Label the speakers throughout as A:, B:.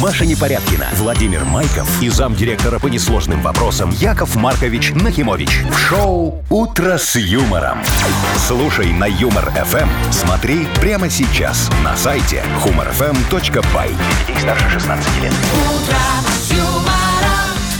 A: Маша Непорядкина, Владимир Майков и замдиректора по несложным вопросам Яков Маркович Нахимович. В шоу «Утро с юмором». Слушай на «Юмор-ФМ». Смотри прямо сейчас на сайте humorfm.by. Для детей старше 16 лет.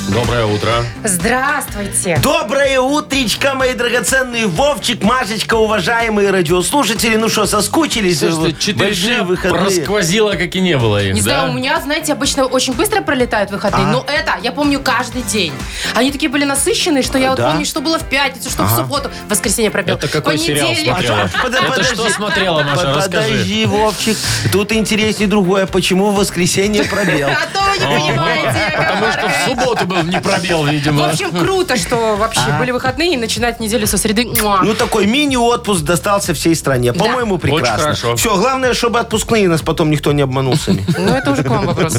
B: Доброе утро.
C: Здравствуйте.
D: Доброе утречко, мои драгоценные Вовчик, Машечка, уважаемые радиослушатели. Ну что, соскучились?
B: Слушайте, четыре
D: Большие
B: дня
D: выходные.
B: просквозило, как и не было их,
C: Не
B: да? А.
C: знаю, у меня, знаете, обычно очень быстро пролетают выходные, но это, я помню, каждый день. Они такие были насыщенные, что я вот
D: Да?
C: помню, что было в пятницу, что в субботу, в воскресенье пробил.
B: Это какой сериал
C: Понедельник.
B: смотрела?
D: Подо-
B: Это что смотрела, Маша, расскажи.
D: А, Подожди, Вовчик. Тут интереснее другое. Почему в воскресенье пробел?
C: А то вы не понимаете, Яков
B: Потому что А в
C: Маркович.
B: субботу был не пробел,
C: В
B: видимо.
C: общем, круто, что вообще были выходные и начинать неделю со среды. Муа.
D: Ну, такой мини-отпуск достался всей стране. По-моему, прекрасно.
B: Очень хорошо.
D: Все, главное, чтобы отпускные нас потом никто не обманул сами.
C: Ну, это уже к вам вопрос.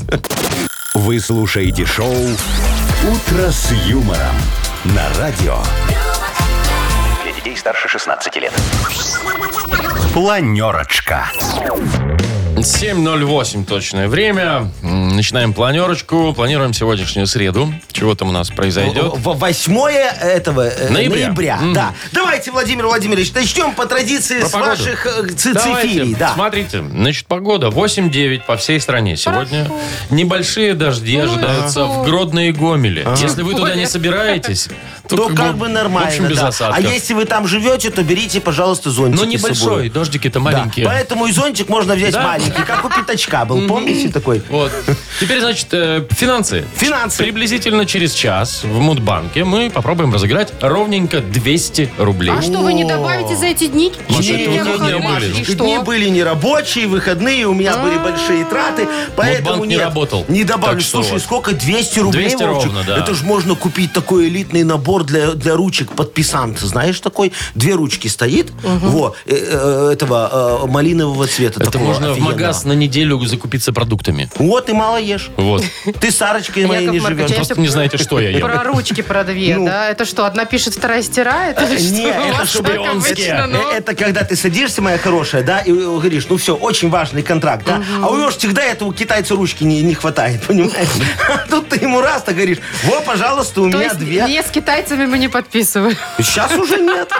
A: Вы слушаете шоу «Утро с юмором» на радио. Для детей старше 16 лет. Планерочка.
B: 7.08 точное время. М, Начинаем планерочку. Планируем сегодняшнюю среду. Чего там у нас произойдет?
D: В- в- Восьмое этого э,
B: Ноября.
D: ноября. да. Давайте, Владимир Владимирович, начнем по традиции
B: Про
D: с
B: погоду.
D: ваших э, ци-
B: Давайте.
D: цифирий. Да.
B: Смотрите, значит, погода 8-9 по всей стране. Сегодня небольшие дожди ожидаются в Гродно и Гомеле. Если вы туда не собираетесь, то,
D: То Ну, как бы нормально.
B: В общем, без
D: да.
B: осадков.
D: А если вы там живете, то берите, пожалуйста, зонтик.
B: Но небольшой, дождики-то маленькие.
D: Поэтому и зонтик можно взять
B: Да.
D: маленький, как у пятачка был. Помните такой?
B: Вот. Теперь, значит, э, финансы.
D: Финансы.
B: Приблизительно через час в Мудбанке мы попробуем разыграть ровненько 200 рублей.
C: А что, вы не добавите за эти дни?
B: Маша,
C: Четыре
B: это
C: дня
B: выходные
C: выходных.
B: были.
C: И
D: И Дни
C: что?
D: были нерабочие, выходные, у меня были большие траты, поэтому
B: Мудбанк не
D: нет,
B: работал.
D: Не добавлю.
B: Так что
D: Слушай,
B: вот.
D: сколько? 200 рублей,
B: 200
D: Вовчик?
B: ровно, да.
D: Это же можно купить такой элитный набор для, для ручек подписант. Знаешь такой? Две ручки стоит, во, э, э, этого э, малинового цвета.
B: Это
D: такого
B: можно в
D: офигенного.
B: магаз на неделю закупиться продуктами.
D: Вот и мало ешь.
B: Вот.
D: Ты, Сарочкой моей,
C: Яков
D: не
C: Маркович,
D: живешь.
C: я
B: Просто
C: всё
B: не знаете, что я ем.
C: Про ручки про две,
D: Ну.
C: да? Это что, одна пишет, вторая стирает? Или что?
D: Не, это
C: У вас
D: чтобы
C: так
B: он
C: обычно, ну?
B: скинул.
C: но-
D: Э, Это когда ты садишься, моя хорошая, да, и э, говоришь, ну все, очень важный контракт, да. А у него ж всегда этого китайца ручки не, не хватает, понимаешь? А Тут ты ему раз-то говоришь, во, пожалуйста, у
C: То
D: меня
C: есть
D: две.
C: не с китайцами мы не подписываем.
D: Сейчас уже нет.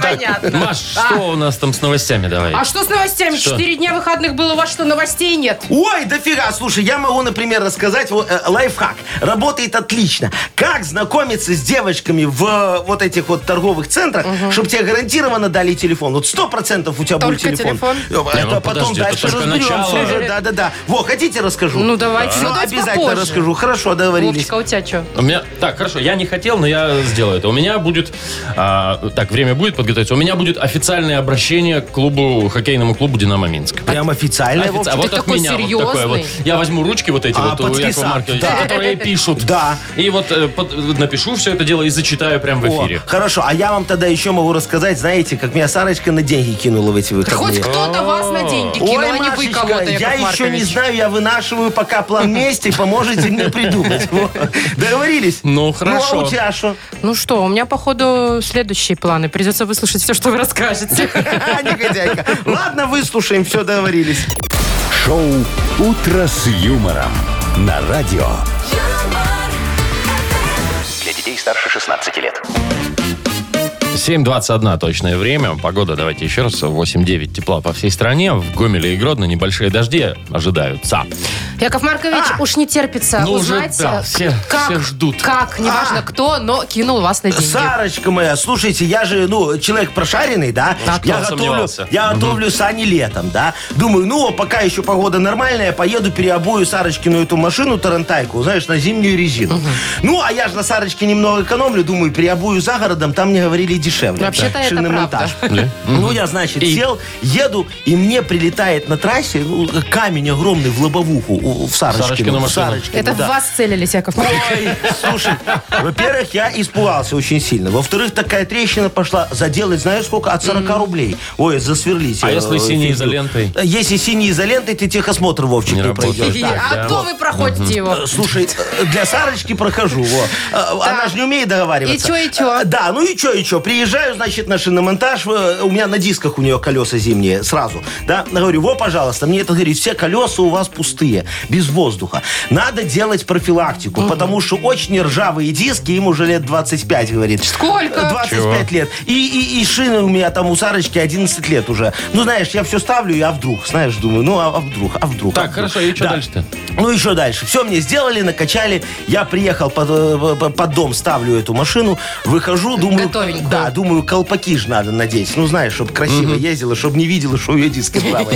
C: Понятно.
B: Маш, что у нас там с новостями давай?
C: А что с новостями?
B: Что?
C: Четыре дня выходных было, у вас что, новостей нет?
D: Ой, дофига, слушай, я могу, например, рассказать вот, э, лайфхак. Работает отлично. Как знакомиться с девочками в э, вот этих вот торговых центрах, чтобы тебе гарантированно дали телефон. Вот сто процентов у тебя
C: Только
D: будет телефон.
C: телефон?
D: Э,
B: Не,
D: это
B: ну
D: потом
B: подожди, это
D: дальше
B: только начало.
D: разберемся. Да, да, да. Во, хотите расскажу?
C: Ну, давайте.
D: Всё,
C: Ну, давайте
D: обязательно
C: попозже.
D: расскажу. Хорошо, договорились.
C: Вовчика, у тебя что?
B: У меня, так, хорошо, я не хотел, но я сделаю это. У меня будет, а, так, время будет подготовиться, у меня будет официальное обращение к клубу, хоккейному клубу «Динамо Минск».
D: Прям официально.
B: Офици-
D: Вовчик?
B: а вот
C: ты
B: от
C: такой
B: меня вот такое вот.
C: серьезный.
B: Я возьму ручки вот эти
D: А,
B: вот у Якова
D: подписать,
B: Марковича,
D: да.
B: которые пишут.
D: Да.
B: И вот э, под- напишу все это дело и зачитаю прям в
D: О,
B: эфире.
D: хорошо, а я вам тогда еще могу рассказать, знаете, как меня Сарочка на деньги кинула в эти
C: Хоть
D: выходные.
C: кто-то вас на деньги кинул, а не вы
D: Машечка,
C: кого-то,
D: я
C: Яков
D: еще не
C: Маркович.
D: знаю, я вынашиваю пока план мести, поможете мне придумать. Вот. Договорились?
B: Ну, хорошо.
D: Ну, а у тебя что?
C: Ну что, у меня, походу, следующие планы. Придется выслушать все, что вы расскажете.
D: Ха, А, Негодяйка. Ладно, выслушаем, все, договорились.
A: Шоу «Утро с юмором» на радио.
E: юмор,
F: Для детей старше 16 лет.
B: 7.21 точное время. Погода, давайте еще раз. 8-9 тепла по всей стране. В Гомеле и Гродно небольшие дожди ожидаются.
C: Яков Маркович
D: А!
C: уж не терпится
B: Ну уже,
C: узнать,
B: да,
C: э,
B: все-
C: как,
B: все ждут.
C: как,
D: А!
C: неважно кто, но кинул вас на деньги.
D: Сарочка моя, слушайте, я же, ну, человек прошаренный, да?
B: Так,
D: я
B: он
D: готовлю,
B: сомневался.
D: я готовлю сани летом, да? Думаю, ну, пока еще погода нормальная, поеду переобую Сарочкину эту машину, тарантайку, знаешь, на зимнюю резину. Ну, а я же на Сарочке немного экономлю, думаю, переобую за городом, там мне говорили дешевле.
C: Вообще-то это
D: Шиномонтаж. Ну, я, значит,
B: И?
D: сел, еду, и мне прилетает на трассе ну, камень огромный в лобовуху у- в
B: Сарочкину
D: Сарочкину. в
B: машину.
D: Сарочкину,
C: Это в
D: да.
C: вас целились, Яков Маркович.
D: Ой, слушай, во-первых, я испугался очень сильно. Во-вторых, такая трещина пошла заделать, знаешь, сколько? От 40 рублей. Ой, засверлить.
B: А
D: э,
B: если
D: э,
B: синей
D: фигню.
B: изолентой?
D: Если синей изолентой, ты техосмотр, Вовчик,
B: Не
D: не,
B: работает.
D: пройдешь. да.
C: А
B: да.
C: то вы проходите его.
D: Э, Слушай, э, для Сарочки прохожу. во. Э, Она же не умеет договариваться.
C: И чё, и чё?
D: Э, Да, ну и чё, и чё. Приезжаю, значит, на шиномонтаж. э, У меня на дисках у нее колеса зимние сразу. Да, говорю, во, пожалуйста. Мне это говорит, все колеса у вас пустые. без воздуха. Надо делать профилактику, потому что очень ржавые диски, им уже лет 25, говорит.
C: Сколько?
D: 25
B: Чего?
D: лет. И, и, и шины у меня там у Сарочки 11 лет уже. Ну, знаешь, я все ставлю, и а вдруг, знаешь, думаю, ну, а, а вдруг, а вдруг.
B: Так,
D: а вдруг.
B: хорошо, и что
D: Да.
B: дальше-то?
D: Ну, еще дальше. Все мне сделали, накачали. Я приехал под, э, п- под дом, ставлю эту машину, выхожу, думаю...
C: Готовенькую.
D: Да, думаю, колпаки же надо надеть. Ну, знаешь, чтобы красиво ездила, чтобы не видела, что у ее диски справа.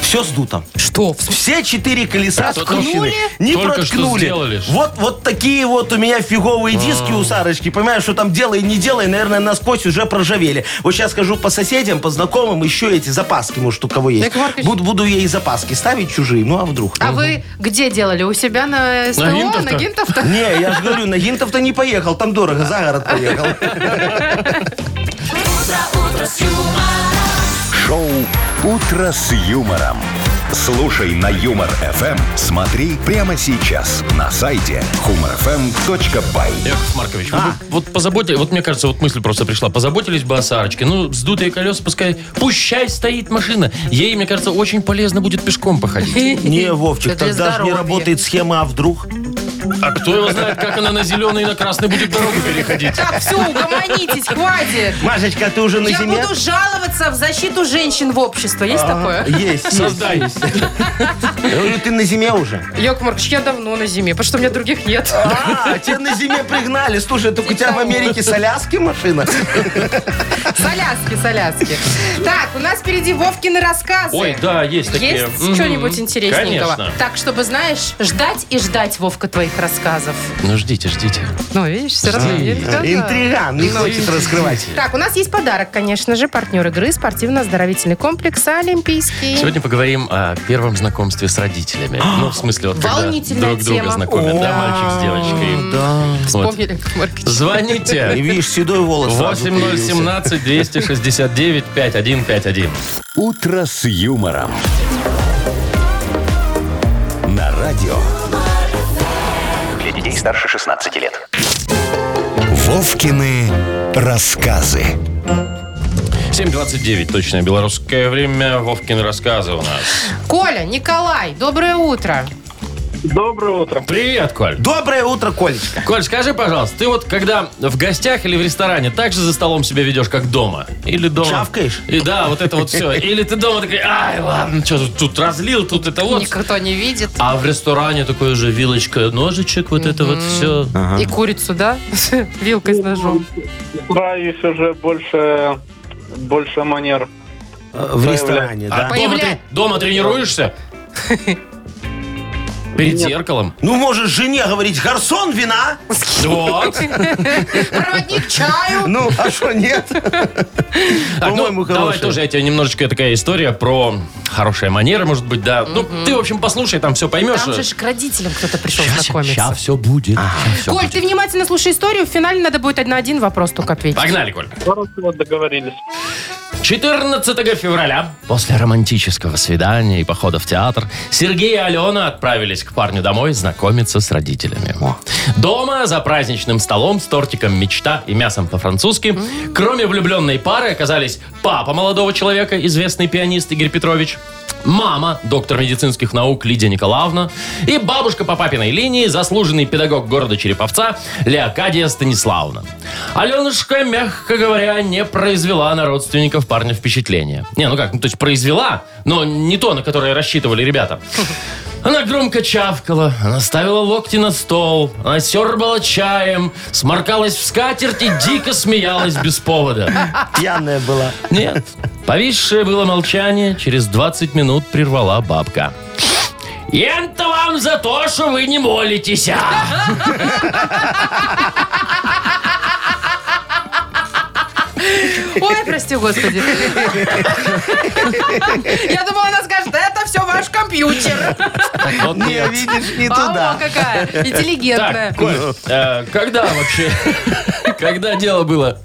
D: Все сдуто.
C: Что? В смысле?
D: Все четыре колеса
C: Проткнули?
D: скручены. Не
B: Только что
D: проткнули.
B: сделали, А. что ли?
D: Вот, вот такие вот у меня фиговые диски у Сарочки. Понимаешь, что там делай, не делай, наверное, насквозь уже проржавели. Вот сейчас скажу по соседям, по знакомым, еще эти запаски, может, у кого есть.
C: Яков Маркович.
D: Буду, буду ей запаски ставить чужие, ну а вдруг?
C: А вы где делали? У себя на СТО?
B: Гинтов-то?
C: На Гинтов-то?
D: Не, я же говорю, на Гинтов-то не поехал, там дорого, за город поехал.
A: Шоу «Утро с юмором». Слушай на Юмор ФМ. Смотри прямо сейчас на сайте humorfm.by.
B: Яков Маркович,
D: А.
B: вы бы вот позаботились, вот мне кажется, вот мысль просто пришла, позаботились бы о Сарочке, ну, сдутые колеса, пускай, пущай стоит машина. Ей, мне кажется, очень полезно будет пешком походить.
D: Не, Вовчик,
C: Это для
D: тогда же не
C: здоровья.
D: работает схема, а вдруг?
B: А кто его знает, как она на зеленый и на красный будет дорогу переходить.
C: Так, все, угомонитесь, хватит.
D: Машечка, а ты уже на
C: Я
D: зиме? А.
C: буду жаловаться в защиту женщин в общество. Есть такое?
D: Есть, есть.
B: Создай.
D: Я говорю, ты на зиме уже?
C: Яков Маркович, я давно на зиме, потому что у меня других нет.
D: А, тебя на зиме пригнали. Слушай, так у тебя в Америке соляски машина.
C: Соляски, соляски. Так, у нас впереди Вовкины рассказы.
B: Ой, да, есть такие.
C: Есть
B: Мгм.
C: что-нибудь интересненького?
B: Конечно.
C: Так, чтобы, знаешь, ждать и ждать, Вовка, твоих рассказов.
B: Ну, ждите, ждите.
C: Ну, видишь, все равно.
D: Интриган,
C: Ну,
D: не хочет раскрывать.
C: Так, у нас есть подарок, конечно же, партнер игры спортивно-оздоровительный комплекс «Олимпийский».
B: Сегодня поговорим о первом знакомстве с родителями. Ну, в смысле, вот когда
C: Волнительная
B: друг друга
C: тема.
B: знакомят, да, мальчик с девочкой.
D: Да.
B: Вот.
C: Вспомнили, Яков Маркович.
D: И
B: Звоните.
D: видишь, седой волос сразу появился.
B: 8017-269-5151.
A: «Утро с юмором». На радио
F: Для детей старше 16 лет.
A: «Вовкины рассказы».
B: 7.29, точное белорусское время. Вовкин рассказы у нас.
C: Коля, Николай, доброе утро.
E: Доброе утро.
B: Привет, Коль.
D: Доброе утро, Колечка.
B: Коль, скажи, пожалуйста, ты вот когда в гостях или в ресторане так же за столом себя ведешь, как дома? Или дома?
D: Чавкаешь?
B: И да, вот это вот все. Или ты дома такой, ай, ладно, что тут, тут разлил, тут это вот.
C: Никто не видит.
B: А в ресторане такой же вилочка, ножичек, вот это вот все.
D: А.
C: И курицу, да? Вилкой с ножом.
E: Стараюсь уже больше, больше манер.
D: Э, В ресторане,
B: А
D: да?
B: дома,
C: Появля-
B: ты- дома тренируешься? Перед зеркалом?
D: Ну, можешь жене говорить, гарсон, вина.
B: Вот.
C: Проводник чаю.
D: Ну, а что, нет?
B: Так, ну,
D: По-моему,
B: давай
D: хорошая.
B: тоже я тебе немножечко такая история про хорошие манеры, может быть, да. Ну, ты, в общем, послушай, там все поймешь.
C: Там же ж к родителям кто-то пришел знакомиться.
B: Сейчас все будет. ща всё
C: Коль,
B: будет.
C: ты внимательно слушай историю. В финале надо будет на один вопрос только ответить.
B: Погнали, Коль.
E: Хорошо, договорились.
B: 14 февраля, после романтического свидания и похода в театр, Сергей и Алена отправились к парню домой знакомиться с родителями. Дома, за праздничным столом, с тортиком «Мечта» и мясом по-французски, кроме влюбленной пары оказались папа молодого человека, известный пианист Игорь Петрович, мама, доктор медицинских наук Лидия Николаевна и бабушка по папиной линии, заслуженный педагог города Череповца Леокадия Станиславовна. Аленушка, мягко говоря, не произвела на родственников парня впечатления. Не, ну как, ну то есть произвела, но не то, на которое рассчитывали ребята. Она громко чавкала, она ставила локти на стол, она сербала чаем, сморкалась в скатерть и дико смеялась без повода.
D: Пьяная была.
B: Нет. Повисшее было молчание, через 20 минут прервала бабка. Ян-то вам за то, что вы не молитесь. а!»
C: Ой, прости, господи. Я думала, она скажет, это все ваш компьютер.
B: Так вот
D: Не,
B: нет.
D: видишь, не
C: Алла
D: туда. Ну,
C: какая, интеллигентная.
B: Так, Коль, э, когда вообще? Когда дело было?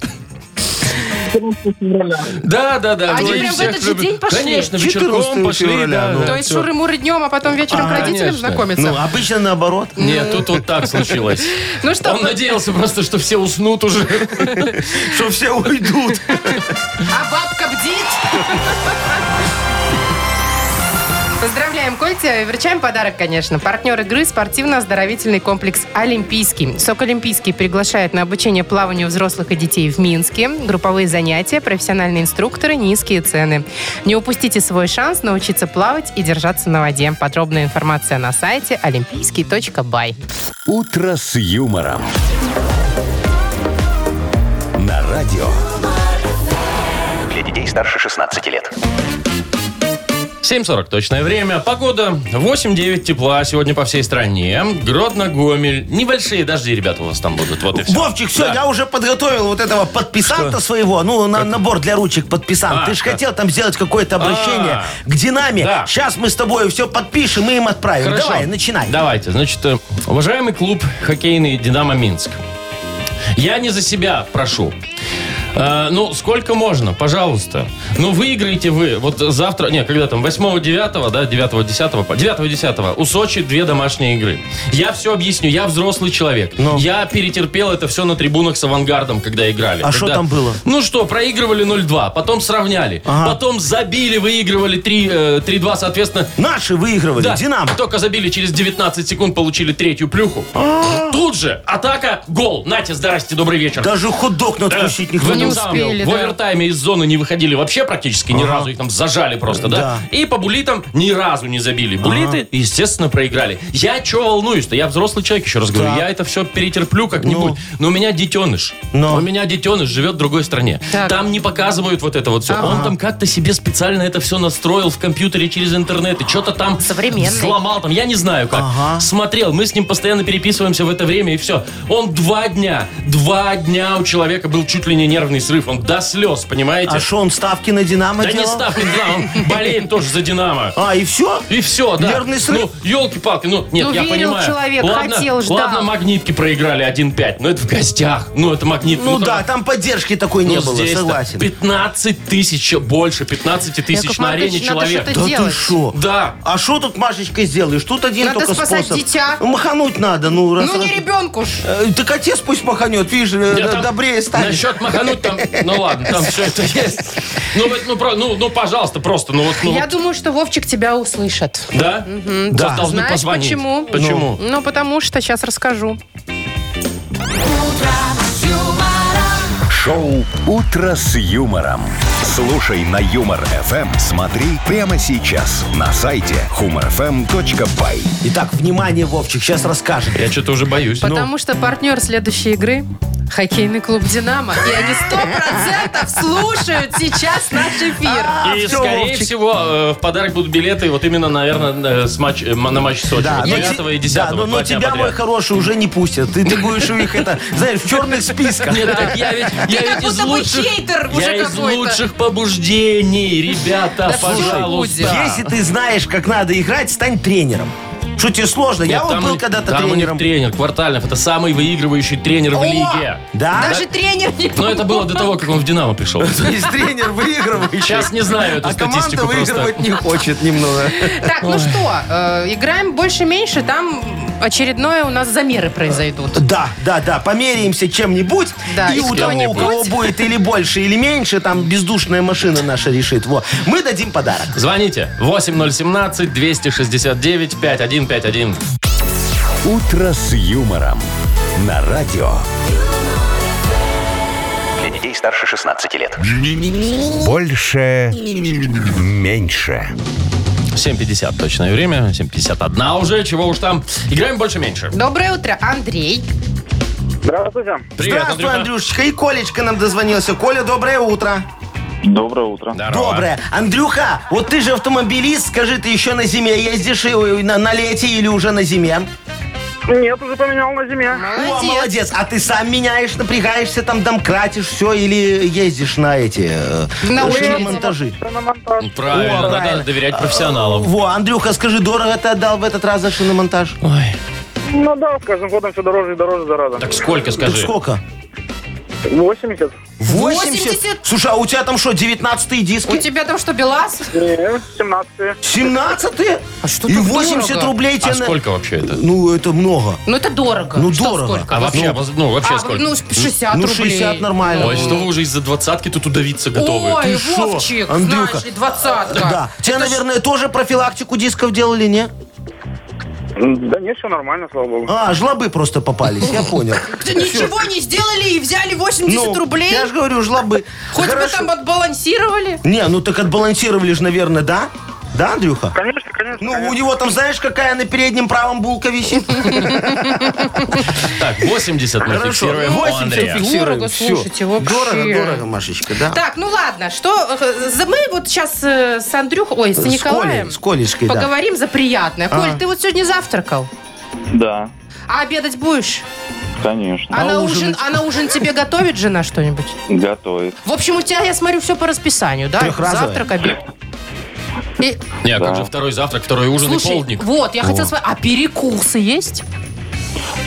B: Да, да, да.
C: Они
B: вроде
C: прям в
B: всех
C: этот же
B: любят.
C: день пошли?
B: Конечно,
D: 14
B: вечерком пошли,
D: февраля,
B: да,
D: ну.
B: да,
C: То есть
B: всё.
C: шуры-муры днем, а потом вечером к родителям
B: конечно. а
D: Ну,
C: знакомиться.
D: обычно наоборот.
B: Нет, тут вот так случилось.
C: Ну что,
B: Он
C: ну-
B: надеялся просто, что все уснут уже.
D: Что все уйдут.
C: А бабка бдит? Поздравляем Кольте и вручаем подарок, конечно. Партнер игры – спортивно-оздоровительный комплекс «Олимпийский». СОК «Олимпийский» приглашает на обучение плаванию взрослых и детей в Минске. Групповые занятия, профессиональные инструкторы, низкие цены. Не упустите свой шанс научиться плавать и держаться на воде. Подробная информация на сайте олимпийский.бай.
A: «Утро с юмором». На радио.
F: Для детей старше 16 лет.
B: 7.40 точное время. Погода 8-9 тепла сегодня по всей стране. Гродно, Гомель. Небольшие дожди, ребята, у вас там будут. Вот и все.
D: Вовчик, все,
B: Да.
D: я уже подготовил вот этого подписанта своего, ну, на, набор для ручек подписан.
B: А,
D: Ты же
B: да.
D: хотел там сделать какое-то обращение
B: А.
D: к Динаме.
B: Да.
D: Сейчас мы с тобой все подпишем и им отправим. Давай, начинай.
B: Давайте. Значит, э, уважаемый клуб хоккейный «Динамо Минск». Я не за себя прошу. Э, ну, сколько можно, пожалуйста. Ну, выиграете вы. Вот завтра, не, когда там, 8 9 да, 9 10 по 9 10 у Сочи две домашние игры. Я все объясню, я взрослый человек.
D: Ну.
B: Я перетерпел это все на трибунах с авангардом, когда играли.
D: А что
B: Когда-
D: там было?
B: Ну что, проигрывали 0-2, потом сравняли, потом забили, выигрывали 3, э, 3-2, соответственно,
D: Наши выигрывали,
B: да,
D: Динамо.
B: Только забили через 19 секунд, получили третью плюху. Тут же атака, гол. Нате, здрасте, добрый вечер.
D: Даже хот-дог надкусить никто
B: В
D: не
B: этом
D: успел.
B: самом,
C: успели,
B: в
C: да.
B: овертайме из зоны не выходили вообще практически ни разу. Их там зажали просто, да? И по булитам ни разу не забили. Булиты, естественно, проиграли. Я чего волнуюсь-то? Я взрослый человек, еще раз говорю. Я это все перетерплю как-нибудь. Но у меня детеныш.
D: Ну.
B: У меня детеныш живет в другой стране.
C: Так.
B: Там не показывают вот это вот все. Он там как-то себе специально это все настроил в компьютере через интернет. И что-то там
C: Современный.
B: взломал там. Я не знаю как.
D: Ага.
B: Смотрел. Мы с ним постоянно переписываемся в это время, и все. Он два дня, два дня у человека был чуть ли не нервный срыв. Он до слез, понимаете?
D: А что, он ставки на Динамо
B: да не
D: делал?
B: ставки, да, он болеет тоже за «Динамо».
D: А, и все?
B: И все, да.
D: Нервный срыв?
B: Ну, елки-палки, ну, нет,
C: Ну,
B: я
C: верил
B: понимаю.
C: человек,
B: ладно,
C: хотел, ждал.
B: Ладно, магнитки проиграли 1-5, но это в гостях. Ну, это магнит.
D: Ну да,
B: там-
D: там поддержки такой
B: ну,
D: не было,
B: здесь-то
D: согласен.
B: 15 тысяч, больше 15 тысяч
C: Яков
B: на
C: Маркович,
B: арене
C: надо
B: человек.
D: Да ты
C: делать.
D: что?
B: Да.
D: А что тут, Машечка, сделаешь? Тут один
C: Надо
D: только
C: спасать
D: способ.
C: дитя.
D: Махануть надо, ну раз.
C: Ну, не ребенку ж.
D: Э, Так отец пусть маханет, видишь, э,
B: Я
D: д-
B: там
D: добрее станет.
B: Насчет махануть там, ну ладно, там все это есть. Ну, вот, ну, про- ну, ну, пожалуйста, просто, ну вот, ну
C: Я
B: вот.
C: думаю, что Вовчик тебя услышит.
B: Да? Да. Должны
C: Знаешь,
B: позвонить.
C: почему?
B: Почему? Ну.
C: Ну, потому что сейчас расскажу.
A: Шоу «Утро с юмором». Слушай на Юмор ФМ. Смотри прямо сейчас на сайте humorfm.by.
D: Итак, внимание, Вовчик, сейчас расскажем.
B: Я что-то уже боюсь. Ну,
C: Потому что партнер следующей игры – хоккейный клуб «Динамо». И они сто процентов слушают сейчас наш эфир.
B: И,
D: всё,
B: скорее
D: Вовчик.
B: всего, э, в подарок будут билеты вот именно, наверное, э, с матч, э, м- на матч Сочи.
D: Да,
B: Вот
D: ну,
B: 9
D: те-
B: и 10
D: да, ну, ну,
B: два дня
D: тебя, мой
B: подряд.
D: хороший, уже не пустят. Ты, ты будешь у них это, знаешь, в черных списках.
B: Нет, так я ведь, я
C: как
B: ведь из
C: будто бы
B: лучших,
C: хейтер уже
B: я из
C: какой-то.
B: лучших побуждений, ребята,
C: Да всё
B: пожалуйста.
C: будет.
D: Если ты знаешь, как надо играть, стань тренером. Что тебе сложно?
B: Нет,
D: я вот
B: там у
D: был
B: них-
D: когда-то
B: там у них
D: тренером.
B: тренер Квартальнов. Это самый выигрывающий тренер в лиге.
D: Да?
C: Даже тренер не
B: Но Ну, это было до того, как он в «Динамо» пришел.
D: Есть тренер выигрывающий.
B: Сейчас не знаю эту
D: а команда
B: статистику просто.
D: выигрывать не хочет немного.
C: Так, ну что, э, играем больше-меньше, там очередное у нас замеры произойдут.
D: Да, да, да, померяемся чем-нибудь,
C: Да,
D: и
C: и
D: у
C: с
D: того, у
C: кем-нибудь.
D: кого будет или больше, или меньше, там бездушная машина наша решит. Вот. Мы дадим подарок.
B: Звоните 8017-269-5151.
A: «Утро с юмором» на радио.
F: Для детей старше 16 лет.
A: Больше. Меньше.
B: 7.50 точное время, 7.51 уже, чего уж там. Играем больше-меньше.
C: Доброе утро, Андрей.
E: Здравствуйте.
B: Привет,
D: Здравствуй,
B: Андрюха.
D: Андрюшечка. И Колечка нам дозвонился. Коля, доброе утро.
E: Доброе утро.
B: Здорово.
D: Доброе. Андрюха, вот ты же автомобилист, скажи, ты еще на зиме ездишь и, ой, на, на лете или уже на зиме?
E: Нет, уже поменял на зиме.
D: О,
C: Молодец.
D: молодец. А ты сам меняешь, напрягаешься, там домкратишь все или ездишь на эти э,
C: На
D: шиномонтажи?
E: Все на монтаж.
B: Ну, Правильно,
D: О,
B: надо
D: правильно.
B: доверять профессионалам.
D: Во, Андрюха, скажи, дорого ты отдал в этот раз за шиномонтаж?
B: Ой,
E: Ну да, с каждым годом все дороже и дороже, зараза.
B: так сколько,
D: Так
B: скажи?
D: сколько?
E: 80.
C: 80?
D: Слушай, а у тебя там что, 19 диски?
C: У тебя там что, БелАЗ?
E: Не, 17.
D: 17
C: А что
D: И
C: так
D: 80
C: дорого?
D: рублей тебе...
B: А
D: на-
B: сколько вообще это?
D: Ну, это много.
C: Ну, это дорого.
D: Ну,
C: Что,
D: дорого.
C: сколько?
B: А вообще, ну, вообще
C: А,
B: сколько?
C: ну, 60
D: ну,
C: рублей.
D: 60 нормально.
B: Ой, что вы уже из-за двадцатки тут удавиться готовы?
C: Ой,
D: Ты шо,
C: Вовчик,
D: Андрюха?
C: знаешь ли, двадцатка.
D: Да. Тебе, наверное, тоже профилактику дисков делали, не?
E: Да нет, все нормально, слава богу.
D: А, жлобы просто попались, я понял.
C: Да ничего не сделали и взяли 80
D: Ну,
C: рублей.
D: Я же говорю, жлобы.
C: Хоть бы
D: Хорошо.
C: там отбалансировали.
D: Не, ну так отбалансировали же, наверное, да? Да, Андрюха?
E: Конечно, конечно.
D: Ну,
E: конечно.
D: у него там, знаешь, какая на переднем правом булка висит?
B: Так, 80 мы фиксируем у
D: 80
B: Андрея.
D: фиксируем.
C: Дорого,
D: Всё.
C: слушайте, вообще.
D: Дорого, дорого, Машечка, да.
C: Так, ну ладно, что э, за- мы вот сейчас э, с Андрюхой, ой, с
D: Колей,
C: Николаем
D: с Колечкой, да. А.
C: поговорим за приятное. Коль, ты вот сегодня завтракал,
E: Да,
C: а обедать будешь?
E: конечно.
C: А,
D: А
C: на ужин,
D: ужинать?
C: а на ужин тебе готовит жена что-нибудь?
E: Готовит.
C: В общем, у тебя, я смотрю, все по расписанию, да?
D: Трёхразовое.
C: Завтрак, обед. И-
B: Не, а как же второй завтрак, второй ужин и
C: слушай,
B: полдник?
C: вот, я хотела спросить, а перекусы есть?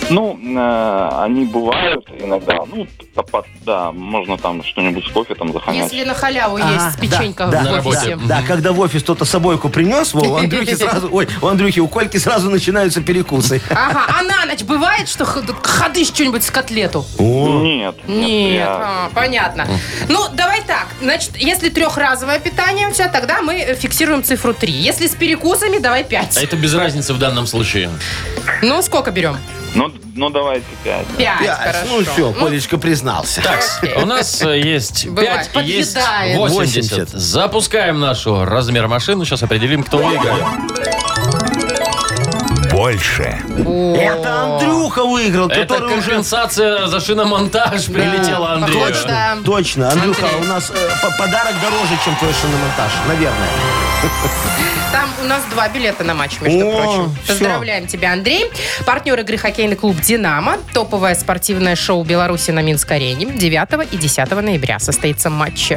E: Ну, э, они бывают иногда. Ну, т- по- да, можно там что-нибудь с кофе там захомячить.
C: Если на халяву
D: Ага,
C: есть печенька
D: да,
C: в
D: да,
C: офисе.
D: Да, да, когда в офис кто-то собойку принес, во, у Андрюхи сразу, ой, у Андрюхи, у Кольки сразу начинаются перекусы.
C: Ага, а на ночь бывает, что х- ходишь что-нибудь с котлету?
E: Нет.
C: Нет,
E: я-
C: а, понятно. Ну, давай так. Значит, если трехразовое питание у тебя, тогда мы э, фиксируем цифру 3. Если с перекусами, давай 5.
B: А это без разницы в данном случае.
C: Ну, сколько берем?
E: Ну, ну, давайте пять.
C: 5,
D: Пять.
C: А, хорошо.
D: Ну все, Колечка признался.
B: Так, у нас э, есть
C: Бывает,
B: 5 и есть
C: подъедает.
B: 80.
D: 80.
B: Запускаем нашу размер машину. Сейчас определим, кто выиграет.
A: Больше.
D: Это Андрюха выиграл,
B: Это
D: который уже...
B: компенсация за шиномонтаж прилетела Андрею.
C: Походу, да.
D: Точно, Андрюха,
C: Андрей.
D: у нас э, по- подарок дороже, чем твой шиномонтаж, наверное.
C: Там у нас два билета на матч, между
D: О,
C: прочим.
D: всё.
C: Поздравляем тебя, Андрей. Партнер игры хоккейный клуб «Динамо». Топовое спортивное шоу Беларуси на Минской арене 9 и 10 ноября состоится матч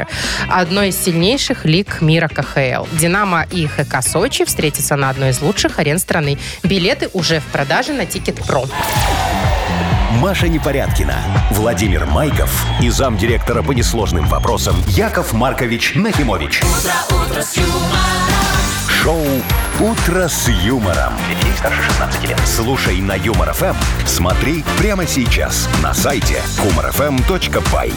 C: одной из сильнейших лиг мира КХЛ. «Динамо» и ХК «Сочи» встретятся на одной из лучших арен страны. Билеты уже в продаже на «Тикет.Про».
A: Маша Непорядкина, Владимир Майков и замдиректора по несложным вопросам Яков Маркович Нахимович. Шоу Утро с юмором. Детей старше 16 лет. Слушай на юмор ФМ. Смотри прямо сейчас на сайте humorfm.by.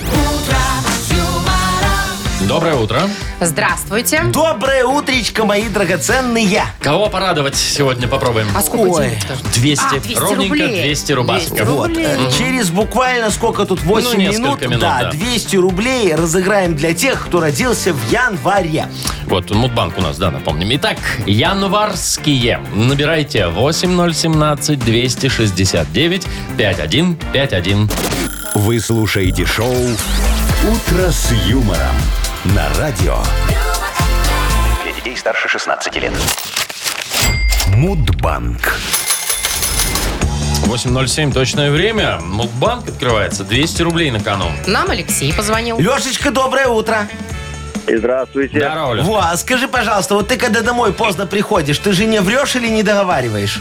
B: Доброе утро.
C: Здравствуйте.
D: Доброе утречко, мои драгоценные.
B: Кого порадовать сегодня попробуем?
C: А сколько
D: Ой.
C: денег-то?
B: 200.
C: А, 200
B: Ровненько
C: рублей.
B: 200 рубашков.
C: 200
D: Вот.
C: рублей.
D: э, Через буквально сколько тут, 8
B: Ну, несколько минут,
D: да,
B: да.
D: 200 рублей разыграем для тех, кто родился в январе.
B: Вот, Мудбанк у нас, да, напомним. Итак, январские. Набирайте 8017-269-5151.
A: Вы слушаете шоу Утро с юмором на радио
F: Для детей старше 16 лет.
A: Мудбанк.
B: 8.07 точное время. Мудбанк открывается. 200 рублей на кону.
C: Нам Алексей позвонил.
D: Лешечка, доброе утро.
E: Здравствуйте.
B: Здорово, Лёш.
D: Во, а скажи, пожалуйста, вот ты когда домой поздно приходишь, ты же не врешь или не договариваешь?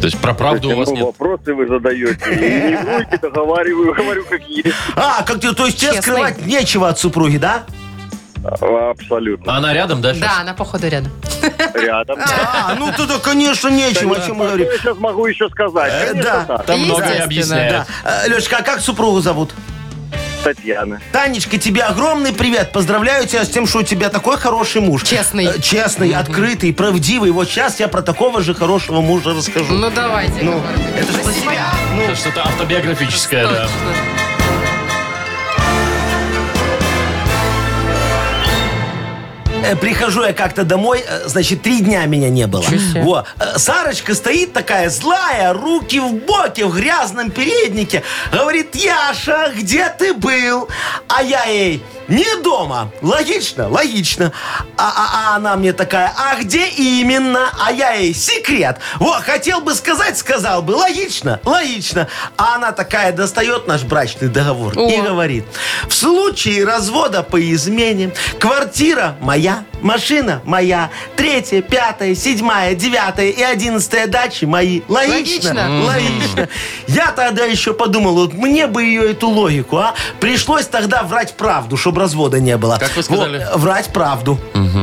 B: То есть про правду у вас нет.
E: ну, вопросы вы задаете? И не вру, договариваю, говорю, как есть.
D: А, как ты, то есть тебе
C: Честный.
D: скрывать нечего от супруги, да?
E: Абсолютно.
B: А Она рядом, да, сейчас?
C: Да, она походу рядом.
E: Рядом. Ну,
D: А, ну тогда, конечно, нечего, о чем мы говорим.
E: я сейчас могу еще сказать?
D: Э, да.
E: так.
B: Там многое
C: Естественно,
B: объясняет.
D: Да. Э, Лешечка, а как супругу зовут?
E: Татьяна.
D: Танечка, тебе огромный привет. Поздравляю тебя с тем, что у тебя такой хороший муж.
C: Честный.
D: Э, Честный, открытый, правдивый. Вот сейчас я про такого же хорошего мужа расскажу.
C: Ну давайте.
D: Ну,
C: Яков Маркович.
D: это ж про
C: Спасибо.
D: тебя.
B: Это Ну, Что-то автобиографическое, да.
D: Э, Прихожу я как-то домой, э, значит, три дня меня не было. Во. Э, Сарочка стоит такая злая, руки в боки, в грязном переднике. Говорит, Яша, где ты был? А я ей, не дома. Логично, логично. А, а- а она мне такая, а где именно? А я ей, секрет. Во, хотел бы сказать, сказал бы. Логично, логично. А она такая достает наш брачный договор
C: О.
D: и говорит, в случае развода по измене квартира моя машина моя. Третья, пятая, седьмая, девятая и одиннадцатая дачи мои.
C: Логично.
D: Логично? Логично. Я тогда еще подумал, вот мне бы ее эту логику, а? Пришлось тогда врать правду, чтобы развода не было.
B: Как вы сказали?
D: Во, врать правду.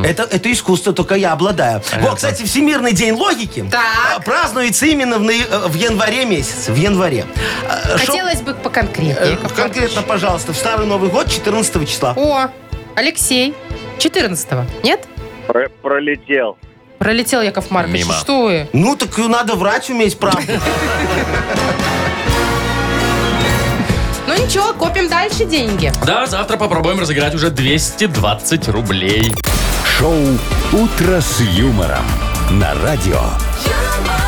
D: Это, это искусство, только я обладаю. Вот, кстати, Всемирный день логики
C: Так.
D: а, празднуется именно в, ноя- э, в январе месяце. В январе. А, чтоб-
C: Хотелось бы
D: э,
C: поконкретнее. Яков
D: Конкретно,
C: Маркович.
D: пожалуйста, в Старый Новый год 14 числа.
C: О, Алексей, 14-го, нет?
E: Про- пролетел.
C: Пролетел Яков Маркович.
B: Мимо.
C: Что вы?
D: Ну, так и надо врать уметь правду.
C: Ну ничего, копим дальше деньги.
B: Да, завтра попробуем разыграть уже 220 рублей.
A: Шоу «Утро с юмором» на радио.
G: юмор,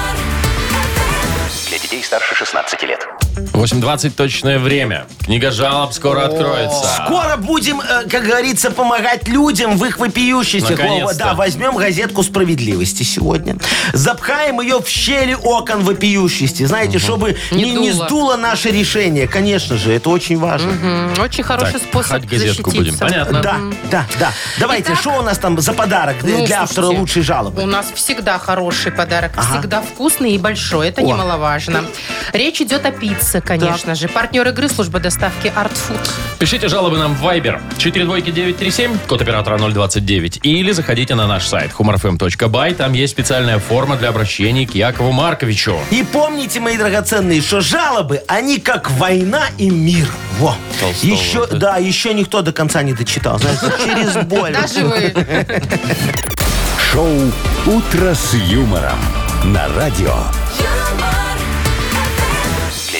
F: Для детей старше 16 лет.
B: 8.20 точное время. Книга жалоб скоро откроется.
D: Скоро будем, э, как говорится, помогать людям в их вопиющестях.
B: Наконец-то.
D: Вова, Да, возьмем газетку справедливости сегодня. Запхаем ее в щели окон вопиющести. Знаете, чтобы
C: Не
D: не, не
C: дуло.
D: сдуло наше решение. Конечно же, это очень важно.
C: М, Очень хороший
B: Так,
C: способ
B: хоть газетку
C: защититься.
B: будем. Понятно.
D: Да, да, да. Давайте,
C: Итак,
D: что у нас там за подарок для
C: Ну,
D: для автора
C: слушайте,
D: лучшей
C: У
D: жалобы?
C: нас всегда хороший подарок.
D: Ага.
C: Всегда вкусный и большой. Это
D: О.
C: немаловажно. Речь идет о пицце, конечно же. Партнер игры служба доставки Art Food.
B: Пишите жалобы нам в Viber 42937, код оператора 029, или заходите на наш сайт humorfm.by, там есть специальная форма для обращений к Якову Марковичу.
D: И помните, мои драгоценные, что жалобы, они как война и мир. Во.
B: Толстого,
D: Еще,
B: да?
D: да, еще никто до конца не дочитал. Знаете, через боль.
C: Даже вы.
A: Шоу «Утро с юмором» на радио.
G: юмор,
F: Для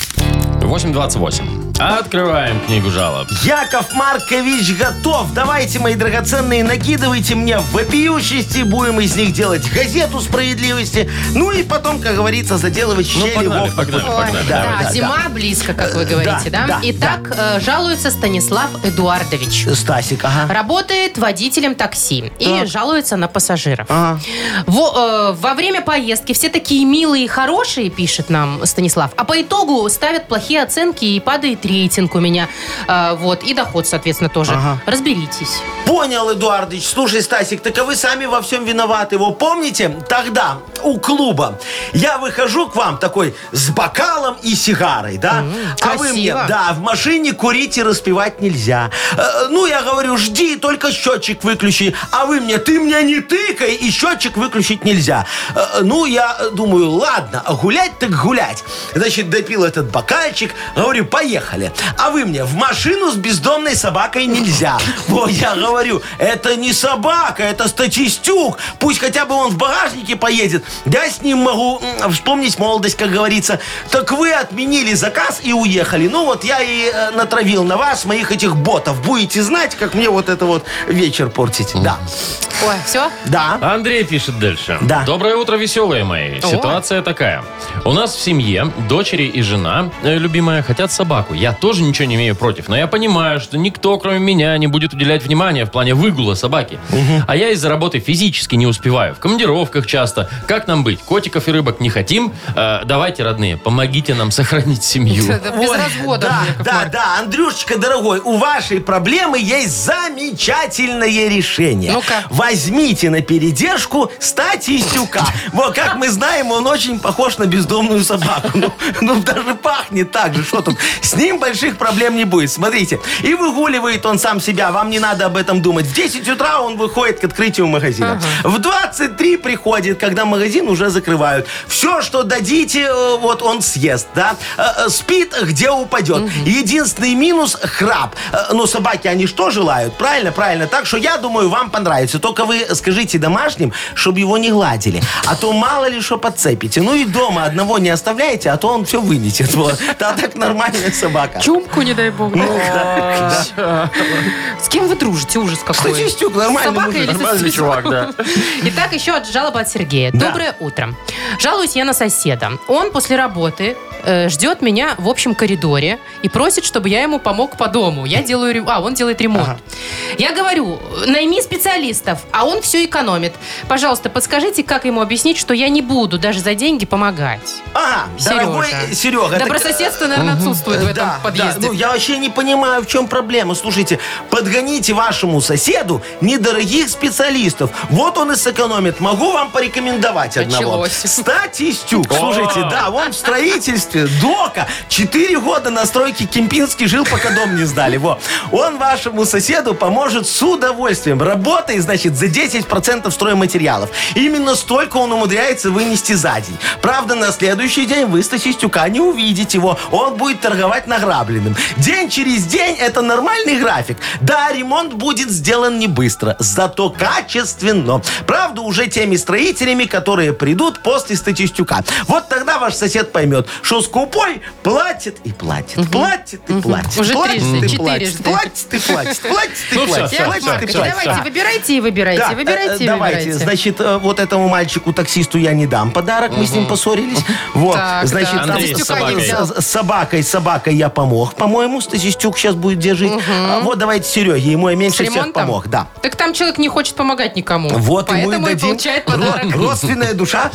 B: 828. Открываем книгу жалоб.
D: Яков Маркович готов. Давайте, мои драгоценные, накидывайте мне в вопиющести. Будем из них делать газету справедливости. Ну и потом, как говорится, заделывать
B: Ну,
D: щели в
B: погнали,
D: окна.
B: погнали,
C: Ой,
B: погнали.
D: да.
B: Давай.
C: да, зима близко, как вы говорите, да?
D: да, да,
C: Итак, э, жалуется Станислав Эдуардович.
D: Стасик, ага.
C: Работает водителем такси и
D: Так.
C: жалуется на пассажиров.
D: Ага.
C: Во, э, во время поездки все такие милые и хорошие, пишет нам Станислав, а по итогу ставят плохие оценки и падает рейтинг у меня. Э, вот, и доход, соответственно, тоже.
D: Ага.
C: Разберитесь.
D: Понял, Эдуардович. Слушай, Стасик, так а вы сами во всем виноваты. Его помните? Тогда у клуба я выхожу к вам такой с бокалом и сигарой, да? а вы мне,
C: красиво.
D: да, в машине курить и распивать нельзя. Э, ну, я говорю, жди, только счетчик выключи. А вы мне, ты мне не тыкай, и счетчик выключить нельзя. Э, ну, я думаю, ладно, а гулять так гулять. Значит, допил этот бокальчик, говорю, поехали. А вы мне, в машину с бездомной собакой нельзя. Вот я говорю, это не собака, это статистюк. Пусть хотя бы он в багажнике поедет. Я с ним могу м, вспомнить молодость, как говорится. Так вы отменили заказ и уехали. Ну вот я и э, натравил на вас моих этих ботов. Будете знать, как мне вот это вот вечер портить. Да.
C: Ой, все?
B: А
D: Да.
B: Андрей пишет дальше.
D: Да.
B: Доброе утро, веселые мои. Ситуация такая. У нас в семье дочери и жена, э, любимая, хотят собаку. Я тоже ничего не имею против, но я понимаю, что никто, кроме меня, не будет уделять внимания в плане выгула собаки. А я из-за работы физически не успеваю. В командировках часто. Как нам быть? Котиков и рыбок не хотим? Э, давайте, родные, помогите нам сохранить семью.
C: Да Без
D: Ой,
C: развода.
D: Да,
C: Яков
D: да,
C: Маркович.
D: да, Андрюшечка, дорогой, у вашей проблемы есть замечательное решение.
C: Ну-ка.
D: Возьмите на передержку статистюка. Вот как мы знаем, он очень похож на бездомную собаку. Ну, ну, даже пахнет так же, что тут. С ним больших проблем не будет. Смотрите, и выгуливает он сам себя, вам не надо об этом думать. В 10 утра он выходит к открытию магазина. В 23 приходит, когда магазин уже закрывают. Все, что дадите, э, вот он съест, да. Э, э, Спит, где упадет. Единственный минус – храп. Э, Но собаки, они что желают? Правильно, правильно. Так что я думаю, вам понравится. Только вы скажите домашним, чтобы его не гладили. А то мало ли что подцепите. Ну и дома одного не оставляйте, а то он все вылетит. Вот. Да, так нормальная собака.
C: Чумку, не дай бог.
D: Ну, да, да.
C: С кем вы дружите? Ужас какой.
D: Статистюк,
C: С
D: нормальный
C: собакой
D: мужик.
C: или со
B: Нормальный
C: свисом?
B: чувак, да.
C: Итак, еще от жалоба от Сергея.
D: Да.
C: Доброе утро. Жалуюсь я на соседа. Он после работы э, ждет меня в общем коридоре и просит, чтобы я ему помог по дому. Я делаю рем- А, он делает ремонт. Я говорю, найми специалистов. а он все экономит. Пожалуйста, подскажите, как ему объяснить, что я не буду даже за деньги помогать?
D: Ага, дорогой э, Серега. так,
C: Добрососедство, наверное, отсутствует в этом
D: Э, да, да.
C: подъезде.
D: Ну, я вообще не понимаю, в чем проблема. Слушайте, подгоните вашему соседу недорогих специалистов. Вот он и сэкономит. Могу вам порекомендовать одного.
C: Началось.
D: Стати Стюк. Слушайте, да, он в строительстве дока. Четыре года на стройке Кемпинский жил, пока дом не сдали. Во. Он вашему соседу поможет с удовольствием. Работой, значит, за 10% стройматериалов. Именно столько он умудряется вынести за день. Правда, на следующий день вы Стати Стюка не увидите его. Он будет торговать награбленным. День через день это нормальный график. Да, ремонт будет сделан не быстро, зато качественно. Правда, уже теми строителями, которые придут после статистюка. Вот тогда ваш сосед поймет, что скупой платит и платит, платит и платит,
C: Уже
D: платит
C: трижды,
D: и платит,
C: четырежды.
D: платит и платит, платит и
B: Ну всё,
D: платит,
B: всё,
C: Яков
B: Давайте,
D: платит
C: Маркович,
D: и
B: всё,
D: платит.
C: давайте,
B: всё.
C: выбирайте и выбирайте,
D: Да, э,
C: выбирайте
D: э,
C: и
D: давайте,
C: выбирайте.
D: значит, э, вот этому мальчику таксисту я не дам подарок, мы с ним поссорились. Вот,
C: Так,
D: значит,
C: да,
D: там
B: Андрей
D: с
B: с собакой.
D: с- с собакой, с собакой я помог, по-моему, Стасистюк сейчас будет держить. А вот давайте Сереге, ему я
C: С
D: меньше всех
C: ремонтом?
D: помог, да.
C: Так там человек не хочет помогать никому.
D: Вот ему
C: Поэтому
D: и
C: и
D: дадим
C: получает
D: Ро-
C: подарок.
D: родственная душа.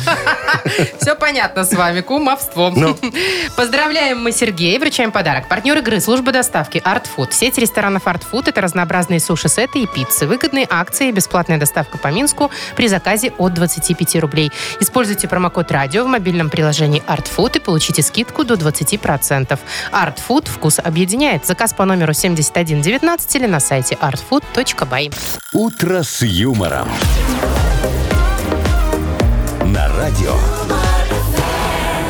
C: Все понятно с вами, кумовство.
D: Ну.
C: Поздравляем мы Сергея, вручаем подарок. Партнер игры «Служба доставки Art Food». Сеть ресторанов Art Food – это разнообразные суши-сеты и пиццы, выгодные акции, бесплатная доставка по Минску при заказе от 25 рублей. Используйте промокод «Радио» в мобильном приложении Art Food и получите скидку до 20%. Art Food – вкус объединяет. Заказ по номеру 7119 или на сайте artfood.by.
A: «Утро с юмором». На радио.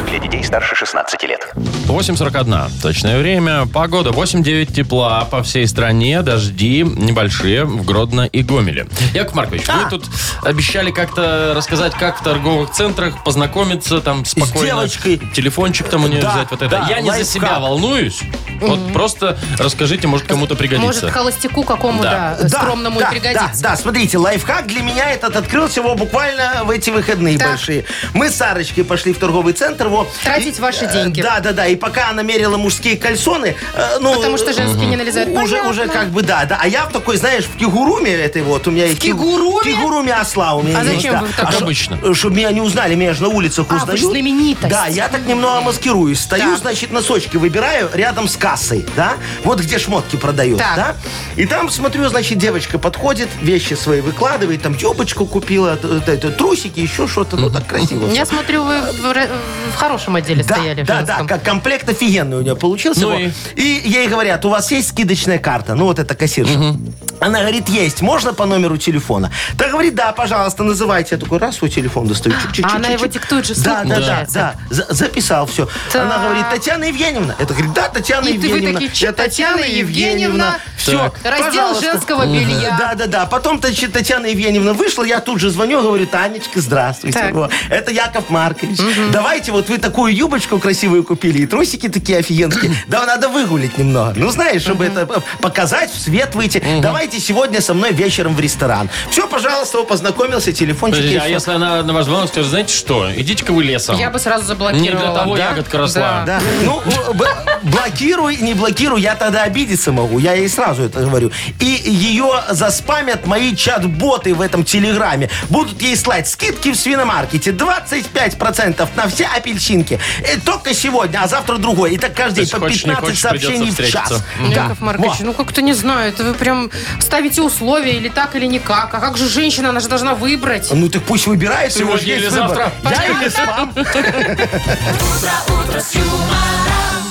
F: Для детей старше 16 лет.
B: 8.41. Точное время. Погода 8-9 тепла по всей стране. Дожди небольшие в Гродно и Гомеле. Яков Маркович, вы тут обещали как-то рассказать, как в торговых центрах познакомиться там спокойно.
D: девочкой.
B: Телефончик там у нее
D: Да,
B: взять. Вот это.
D: да,
B: Я не за
D: лайфхак.
B: себя волнуюсь. Вот просто расскажите, может, кому-то пригодится.
C: Может, холостяку какому-то
B: Да.
D: Да,
C: скромному
D: да,
C: и пригодится.
D: Да, да, смотрите, лайфхак для меня этот открылся его буквально в эти выходные
C: Так.
D: большие. Мы с Сарочкой пошли в торговый центр. Во,
C: Тратить
D: И,
C: ваши
D: э,
C: деньги.
D: Да, да, да. И пока она мерила мужские кальсоны, э, ну,
C: Потому что женские не налезают.
D: Уже,
C: Понятно.
D: уже как бы да, да. А я в такой, знаешь, в кигуруме этой вот у меня есть. кигу-
C: кигуруме?
D: Кигуруме осла у меня
C: А
D: есть,
C: зачем
D: да.
C: вы в таком?
D: шо-
B: Обычно.
D: э, Чтобы меня не узнали, меня же на улицах
C: А, вы
D: узнают.
C: ж знаменитость.
D: Да, я так немного маскируюсь. Стою,
C: Так.
D: значит, носочки выбираю рядом с кассой, да? Вот где шмотки продают,
C: Так.
D: да? И там, смотрю, значит, девочка подходит, вещи свои выкладывает, там юбочку купила, т- т- т- трусики, еще что-то. Ну, так красиво.
C: Я
D: всё.
C: смотрю, вы в, в- в хорошем отделе
D: Да,
C: стояли. в
D: да, да,
C: женском.
D: как комплект офигенный у нее получился.
B: Ну
D: вот.
B: и?
D: и? ей говорят, у вас есть скидочная карта? Ну, вот эта кассирша. Она говорит, есть, можно по номеру телефона? Та говорит, да, пожалуйста, называйте. Я такой, раз свой телефон достаю. чик, чик,
C: А
D: чик,
C: она
D: чик,
C: его
D: чик.
C: диктует же вслух,
D: Да, да, да,
C: получается.
D: да. За- записал все. Она
C: Так.
D: говорит, Татьяна Евгеньевна. Это говорит, да, Татьяна
C: И ты- вы
D: Евгеньевна.
C: такие, чё,
D: Я
C: Татьяна Евгеньевна?
D: Все,
B: Так.
C: Раздел женского белья.
D: Да, да, да. Потом значит, Татьяна Евгеньевна вышла, я тут же звоню, говорю, Танечка, здравствуйте.
C: Так.
D: Во. Это Яков Маркович. Давайте, вот вы такую юбочку красивую купили, и трусики такие офигенские. Да, надо выгулить немного. Ну, знаешь, чтобы это э, показать, в свет выйти. Давайте сегодня со мной вечером в ресторан. Все, пожалуйста, о, познакомился, телефончик.
B: Подождите,
D: и
B: а
D: всё.
B: если она на ваш звонок скажет, знаете что, идите-ка вы лесом.
C: Я бы сразу заблокировала.
B: Не для того
C: Да?
B: ягодка росла.
C: Да.
D: Да. Ну, э, б- блокируй, не блокируй, я тогда обидеться могу. Я ей сразу это говорю. И ее заспамят мои чат-боты в этом телеграме. Будут ей слать скидки в свиномаркете. 25% на все апельсинки. Э, только сегодня, а завтра другой. И так каждый
B: То есть
D: день по
B: хочешь, не
D: 15
B: хочешь,
D: сообщений
B: придется
D: в час.
B: встретиться.
D: Да.
C: Яков Маркович,
D: Во.
C: ну как-то не знаю, это вы прям ставите условия или так, или никак. А как же женщина, она же должна выбрать.
D: Ну так пусть выбирает. у него
B: Сегодня
D: же есть
B: или
D: выбор.
B: завтра.
D: Я или спам.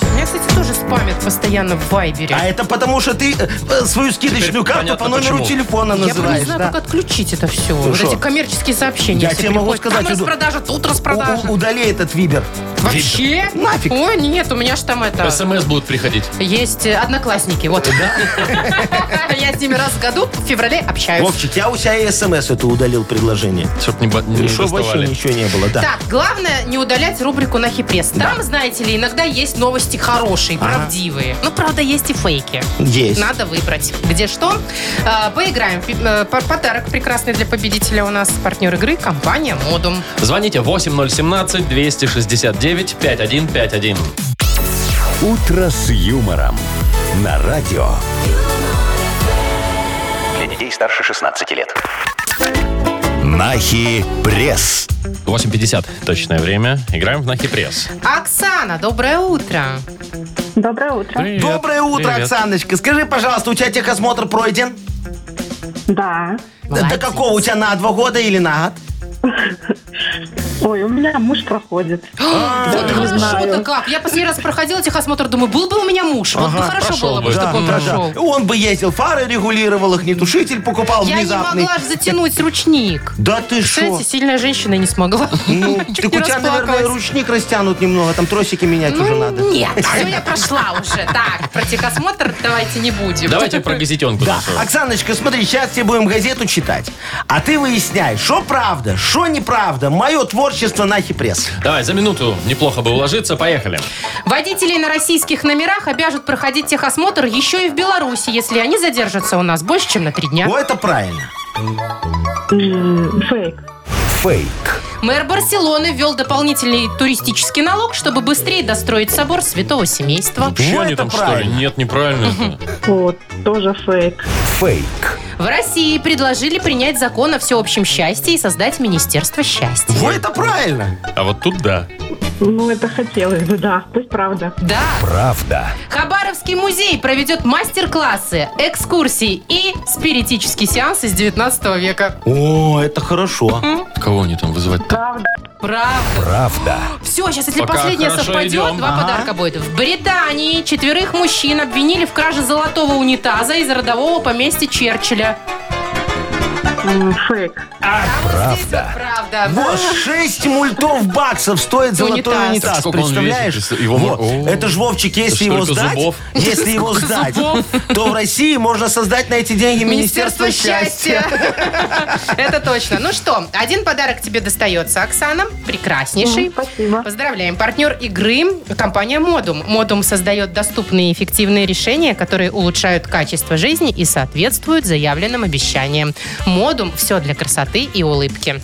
C: У меня, кстати, тоже спамят постоянно в Вайбере.
D: А это потому, что ты э, э, свою скидочную карту
B: понятно,
D: по номеру
B: почему.
D: телефона
C: Я просто
D: называешь.
C: не знаю,
D: да. Ну
C: как отключить это все. вот
D: что?
C: эти коммерческие сообщения.
D: Я
C: все
D: тебе могу
C: приходят.
D: сказать,
C: Там
D: иду-
C: распродажа, тут
D: У-
C: распродажа.
D: у- Удали этот вибер.
C: Вообще?
D: Нафиг.
C: Ой, нет, у меня же там это...
B: СМС будут приходить.
C: Есть э, одноклассники, вот. Я с ними раз в году в феврале общаюсь.
D: Вовчик, я у себя и смс это удалил предложение.
B: Чтоб не, бо- не
D: Чтобы вообще
B: доставали.
D: ничего не было, да.
C: Так, главное не удалять рубрику на хипресс. Там, знаете ли, иногда есть новости хорошие, правдивые. Ну, правда, есть и фейки.
D: Есть.
C: Надо выбрать, где что. А, Поиграем. Пи- э, по- Подарок прекрасный для победителя у нас. Партнер игры – компания «Модум».
B: Звоните 8017-269-5151.
A: «Утро с юмором». На радио.
F: Для детей старше 16 лет.
A: Нахи пресс.
B: 8.50 точное время. Играем в Нахи Пресс.
C: Оксана, доброе утро.
H: Доброе утро.
B: Привет.
D: Доброе утро,
B: Привет.
D: Оксаночка. Скажи, пожалуйста, у тебя техосмотр пройден? Да
H: Да.
D: До
C: Молодец.
D: какого у тебя на два года или на год?
H: Ой, у меня муж проходит.
C: Вот хорошо-то как. Я последний раз проходила техосмотр, думаю, был бы у меня муж. Вот бы хорошо
B: пошел
C: было бы,
B: бы.
C: чтобы он
D: Да, да.
C: прошел.
D: Он бы ездил, фары регулировал их, не тушитель покупал
C: Я не
D: внезапный.
C: могла ж затянуть ручник.
D: Да ты что?
C: Кстати, сильная женщина не смогла.
D: Ну,
C: Чуть
D: так у
C: не
D: тебя, наверное,
C: расплакалась.
D: ручник растянут немного, там тросики менять уже
C: Ну,
D: надо.
C: Нет, все, я прошла уже. Так, про техосмотр давайте не будем.
B: Давайте про газетенку.
D: Да,
B: нашу.
D: Оксаночка, смотри, сейчас тебе будем газету читать, а ты выясняй, что правда, что неправда. Мое творчество на пресс.
B: Давай, за минуту неплохо бы уложиться. Поехали.
C: Водителей на российских номерах обяжут проходить техосмотр еще и в Беларуси, если они задержатся у нас больше, чем на три дня.
D: О, это правильно.
H: М, Фейк.
A: Фейк.
C: Мэр Барселоны ввел дополнительный туристический налог, чтобы быстрее достроить собор святого семейства.
B: Чего
D: Во,
B: они
D: Ну, это
B: там, что
D: правильно.
B: ли? Нет, неправильно. это.
H: Вот, тоже фейк.
A: Фейк.
C: В России предложили принять закон о всеобщем счастье и создать Министерство счастья.
D: Во, это правильно.
B: А вот тут да.
H: Ну, это хотелось бы, да. Пусть правда.
C: Да,
A: Правда.
C: Хабаровский музей проведет мастер-классы, экскурсии и спиритический сеанс из 19 века.
D: О, это хорошо.
B: Кого они там вызывать-то?
H: Правда.
C: Правда.
A: Правда.
C: Все, сейчас, если
B: Пока
C: последнее
B: хорошо
C: совпадет,
B: идем.
C: два
B: Ага.
C: подарка будет. В Британии четверых мужчин обвинили в краже золотого унитаза из родового поместья Черчилля.
H: М, Фейк.
C: Правда. Здесь вот правда.
D: Вот, 6 мультов баксов стоит золотой
C: Унитаз.
D: унитаз,
B: Сколько он
D: представляешь?
B: весит? Его
D: Вот.
B: мо- О.
D: Это ж, Вовчик, если
B: Это ж
D: его
B: сколько
D: сдать,
B: зубов?
D: если его сдать,
C: зубов?
D: то в России можно создать на эти деньги Министерство счастья.
C: Это точно. Ну что, один подарок тебе достается, Оксана. Прекраснейший.
H: М, Спасибо.
C: Поздравляем. Партнер игры – компания «Модум». «Модум» создает доступные и эффективные решения, которые улучшают качество жизни и соответствуют заявленным обещаниям. «Модум» – все для красоты и улыбки.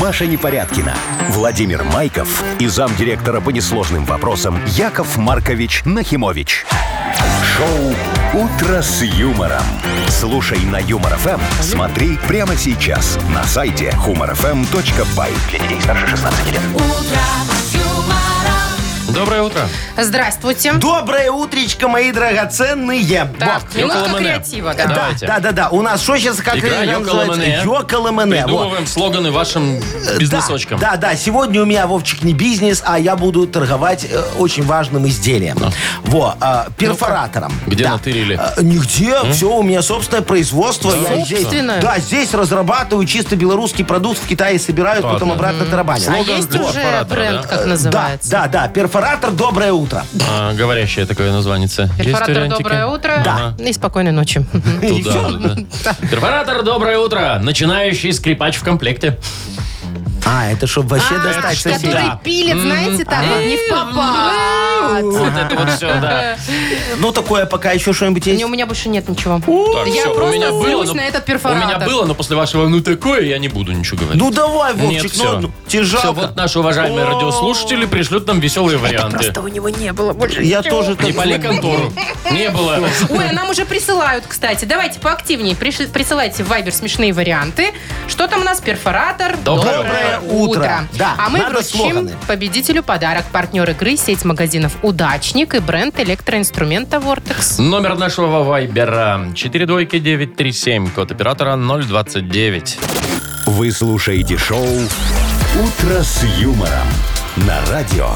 A: Маша Непорядкина, Владимир Майков и замдиректора по несложным вопросам Яков Маркович Нахимович. Шоу «Утро с юмором». Слушай на Юмор ФМ, смотри прямо сейчас на сайте humorfm.by. Для детей старше 16 лет.
B: Доброе утро.
C: Здравствуйте.
D: Доброе утречко, мои драгоценные.
C: Так, ну,
D: Вот.
C: минутка
B: Йоколэмэ.
C: креатива. да.
B: Да.
D: Да,
B: Давайте.
D: да, да, да. У нас что сейчас как
B: Игра
D: игра называется?
B: «Йоколэмэне».
D: Йоколэмэне, вот.
B: Придумываем слоганы вашим бизнесочкам.
D: Э, Да, да, да. сегодня у меня, Вовчик, не бизнес, а я буду торговать э, очень важным изделием. Во, э, перфоратором.
B: Где
D: Да.
B: натырили?
D: Э, нигде, все, у меня собственное производство. Я здесь-
C: Собственное?
D: да, здесь разрабатываю чисто белорусский продукт, в Китае собирают,
B: Ладно.
D: потом обратно тарабанят.
C: А
B: Слоган
C: есть
B: для
C: уже
B: аппарата,
C: бренд,
B: да?
C: как
D: Да,
C: называется?
D: да, да, перфоратор «Доброе утро».
B: А, говорящее такое названица. Есть
C: Перфоратор,
B: вариантики?
C: доброе утро.
B: Да.
C: И спокойной ночи.
B: Туда же, да. Перфоратор, доброе утро. Начинающий скрипач в комплекте.
D: А, это чтобы вообще достать соседей. М-м-м.
C: Который пилит, знаете, так вот, не в попад.
B: Вот это вот все, да.
D: Ну, такое пока еще что-нибудь есть.
C: Не, у меня больше нет ничего.
B: Так,
C: Я
B: всё,
C: просто
B: но-
C: злюсь на этот перфоратор.
B: У меня было, но после вашего «ну такое» я не буду ничего говорить.
D: Ну, давай, Вовчик,
B: Нет,
D: ну,
B: все.
D: ну, тебе жалко.
B: вот наши уважаемые радиослушатели пришлют нам веселые варианты.
D: Я тоже
B: Не
D: так
B: пали
D: думаю.
B: контору. Не было.
C: Ой, а нам уже присылают, кстати. Давайте поактивнее. Пришли- присылайте в Viber смешные варианты. Что там у нас? Перфоратор.
B: Доброе
D: утро. Да,
C: а мы
D: надо
C: вручим
D: слоганы.
C: победителю подарок. Партнер игры, сеть магазинов «Удачник» и бренд электроинструмента «Вортекс».
B: Номер нашего вайбера 42937, код оператора 029.
A: Вы слушаете шоу «Утро с юмором» на радио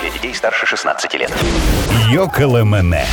F: Для детей старше 16 лет.
A: «Йоколэмэне».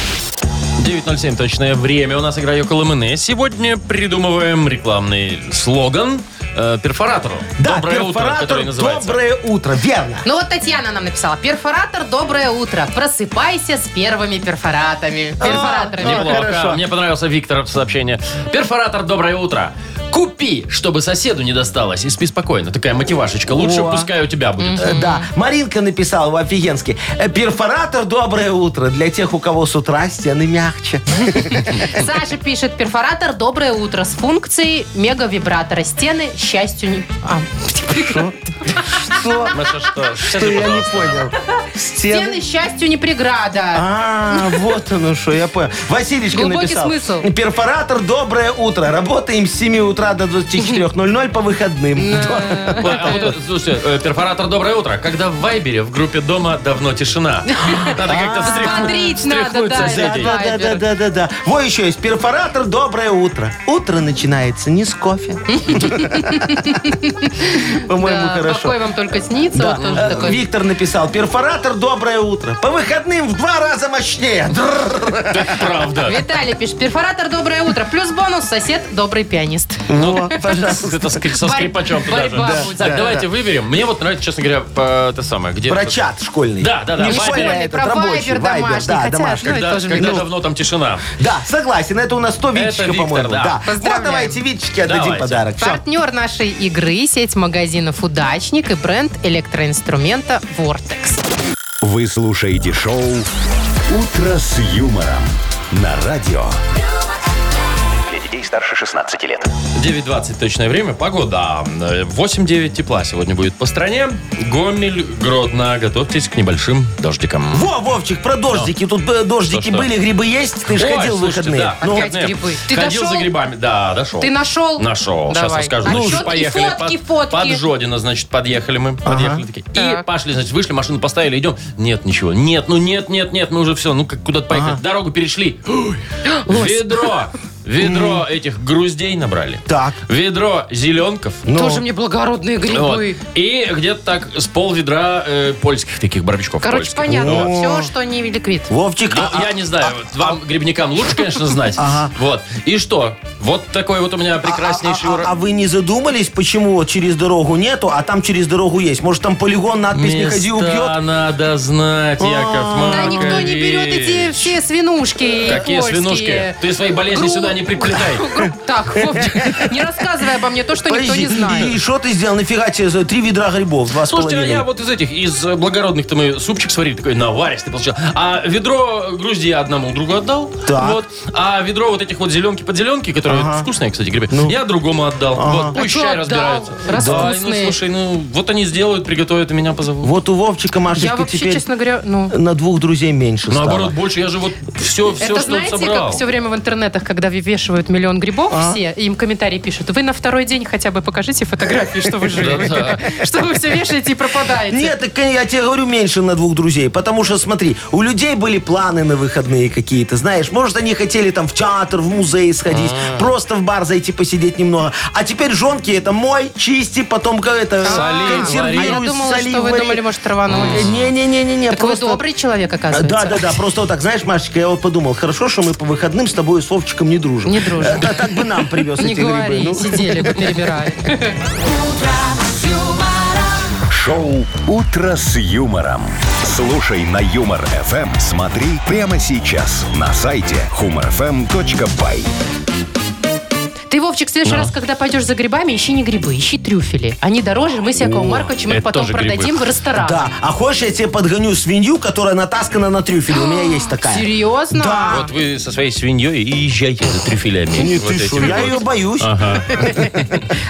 B: 9.07 точное время. У нас игра Йоколэмэне. Сегодня придумываем рекламный слоган э, перфоратору.
D: Да,
B: Доброе утро,
D: перфоратор
B: который называется.
D: «Доброе утро», верно.
C: Ну вот Татьяна нам написала. Перфоратор, доброе утро. Просыпайся с первыми
D: А,
C: перфоратами. Перфораторами.
B: Ну, Неплохо. Мне понравился Виктор сообщение. Перфоратор, доброе утро. Купи, чтобы соседу не досталось. И спи спокойно. Такая мотивашечка. Лучше
D: О.
B: пускай у тебя будет.
D: Э, Да, Маринка написала в офигенски. э, Перфоратор «Доброе утро» для тех, у кого с утра стены мягче.
C: Ну Саша пишет, перфоратор, доброе утро, с функцией мега-вибратора. Стены, счастью, не... А,
D: Что?
B: Маша, что?
D: Что я не понял.
C: стены, счастью, не преграда.
D: А, вот оно что, я понял. Василичка
C: Глубокий
D: написал.
C: смысл.
D: Перфоратор «Доброе утро». Работаем с 7 утра до 24.00 по выходным.
B: Ой, а вот это, слушайте, э, перфоратор, доброе утро. Когда в Вайбере в группе дома давно тишина. Надо как-то встряхнуть,
C: Смотреть надо,
B: встряхнуть
C: да,
B: соседей.
C: да,
D: Да-да-да-да-да. Во еще есть перфоратор «Доброе утро». Утро начинается не с кофе. По-моему,
C: Да,
D: хорошо.
C: Покой вам только снится.
D: Да.
C: Вот тоже
D: Э,
C: такой.
D: Виктор написал, перфоратор «Доброе утро». По выходным в два раза мощнее.
B: Правда.
C: Виталий пишет, перфоратор, доброе утро. Плюс бонус, сосед, добрый пианист.
D: Ну, пожалуйста.
B: Это скри- со скрипачом туда же.
C: борьба
B: Да.
C: будет.
B: Так,
C: Да,
B: давайте выберем. Мне вот нравится, честно говоря, по- это самое, где...
D: Про чат школьный.
B: Да, да, да.
D: Не
B: Вайбер.
D: школьный, а этот
C: Про
D: рабочий.
C: Вайбер
D: Вайбер,
C: домашний,
D: да,
C: хотя,
D: домашний.
C: ну, это
B: Когда,
C: тоже
B: когда
C: ну,
B: давно там тишина.
D: Да, согласен, это у нас то Витечка,
B: Виктор,
D: по-моему.
B: да.
D: Да. Вот
C: Поздравляем.
D: давайте Витечке отдадим
B: Давайте.
D: подарок. Всё.
C: Партнер нашей игры – сеть магазинов «Удачник» и бренд электроинструмента «Вортекс».
A: Вы слушаете шоу «Утро с юмором» на радио.
F: Для детей старше 16 лет.
B: 9.20 точное время. Погода. э, 8-9 тепла сегодня будет по стране. Гомель, Гродно. Готовьтесь к небольшим дождикам.
D: Во, Вовчик, про дождики. Тут э, дождики
B: Что, что?
D: были, грибы есть. Ты же
B: Ой,
D: ходил в
B: слушайте,
D: выходные.
B: да,
D: Ну,
C: Опять
B: выходные.
C: грибы. Ты
B: Ходил
C: дошел?
B: за грибами. Да, дошел.
C: Ты нашел?
B: Нашел. Сейчас
C: Давай.
B: расскажу.
C: А
B: Значит,
C: счет и
B: Ну, поехали.
C: фотки,
B: под,
C: фотки.
B: под Жодино, значит, подъехали мы. Подъехали такие. И
C: Так.
B: пошли, значит, вышли, машину поставили, идем. Нет, ничего. Нет, ну нет, нет, нет, мы уже все. Ну, как куда-то поехали. Дорогу перешли. Ой, Ведро. Ведро этих груздей набрали.
D: Так.
B: Ведро зеленков.
D: Ну.
C: Тоже мне благородные
B: Вот.
C: грибы.
B: И где-то так с пол ведра польских таких барбичков.
C: Короче,
B: польских.
C: понятно.
D: О.
C: Все, что не ликвид.
D: Вовчик,
B: Ну,
D: а-
B: я не знаю, вот вам, грибникам, лучше, конечно, знать.
D: Ага.
B: Вот. И что? Вот такой вот у меня
D: а-
B: прекраснейший
D: а- а-
B: урок.
D: А вы не задумались, почему вот через дорогу нету, а там через дорогу есть? Может, там полигон надпись «Не ходи, убьет»? А.
B: надо знать, Яков
C: Да никто не берет эти все свинушки
B: Какие
C: польские.
B: свинушки? Ты свои болезни
C: Гру-
B: сюда не приплетай.
C: Гру- Так, Вовчик, не рассказывай обо мне то, что никто
D: Подожди,
C: не знает.
D: И что ты сделал? Нафига тебе за- три ведра грибов? Два с
B: Слушайте, а
D: половиной.
B: я вот из этих, из э, благородных там и супчик сварили, такой наваристый получил. А ведро грузди я одному другу отдал.
D: Так.
B: Вот. А ведро вот этих вот зеленки под зеленки, которые вкусные, кстати, грибы,
D: Ну.
B: я другому отдал. Вот,
C: А
B: пусть
C: чё
B: чай
C: отдал?
B: разбираются.
C: Раз
B: Да, ну
C: вкусные.
B: слушай, ну вот они сделают, приготовят и меня позовут.
D: Вот у Вовчика,
C: Я
D: Машечка,
C: вообще,
D: теперь
C: честно говоря, ну...
D: на двух друзей меньше стало.
B: Наоборот, больше я же вот все, все,
C: это
B: что
C: знаете,
B: собрал.
C: как все время в интернетах, когда вывешивают миллион грибов
D: А?
C: все, и им комментарии пишут, вы на второй день хотя бы покажите фотографии, что вы жили. Что вы все вешаете и пропадаете.
D: Нет, так я тебе говорю, меньше на двух друзей. Потому что, смотри, у людей были планы на выходные какие-то, знаешь. Может, они хотели там в театр, в музей сходить, просто в бар зайти посидеть немного. А теперь жонки это мой, чисти, потом как это
B: Соли,
C: А
D: консервируй,
C: я думала,
D: соли,
C: что вы
D: вари.
C: думали, может, рванули.
D: Не-не-не-не-не,
C: Так вы добрый человек,
D: А,
C: оказывается.
D: Да, да, да, просто вот так, знаешь, Машечка, я вот подумал, хорошо, что мы по выходным с тобой и с Вовчиком не дружим.
C: Не дружим.
D: Э, Да, так бы нам привез
C: Не
D: эти грибы.
C: говори,
D: ну.
C: сидели бы, перебирали.
A: Шоу «Утро с юмором». Слушай на Юмор ФМ. Смотри прямо сейчас на сайте humorfm.by.
C: Ты, Вовчик, в следующий раз, когда пойдешь за грибами, ищи не грибы, ищи трюфели. Они дороже, мы с Яковом Марковичем их
B: это
C: потом
B: тоже грибы.
C: продадим в ресторан.
D: Да, а хочешь, я тебе подгоню свинью, которая натаскана на трюфеле. У меня есть такая.
C: Серьезно?
D: Да.
B: Вот вы со своей свиньей и езжайте за трюфелями.
D: Не,
B: Вот
D: ты
B: этими
D: шо, я
B: вот.
D: ее боюсь.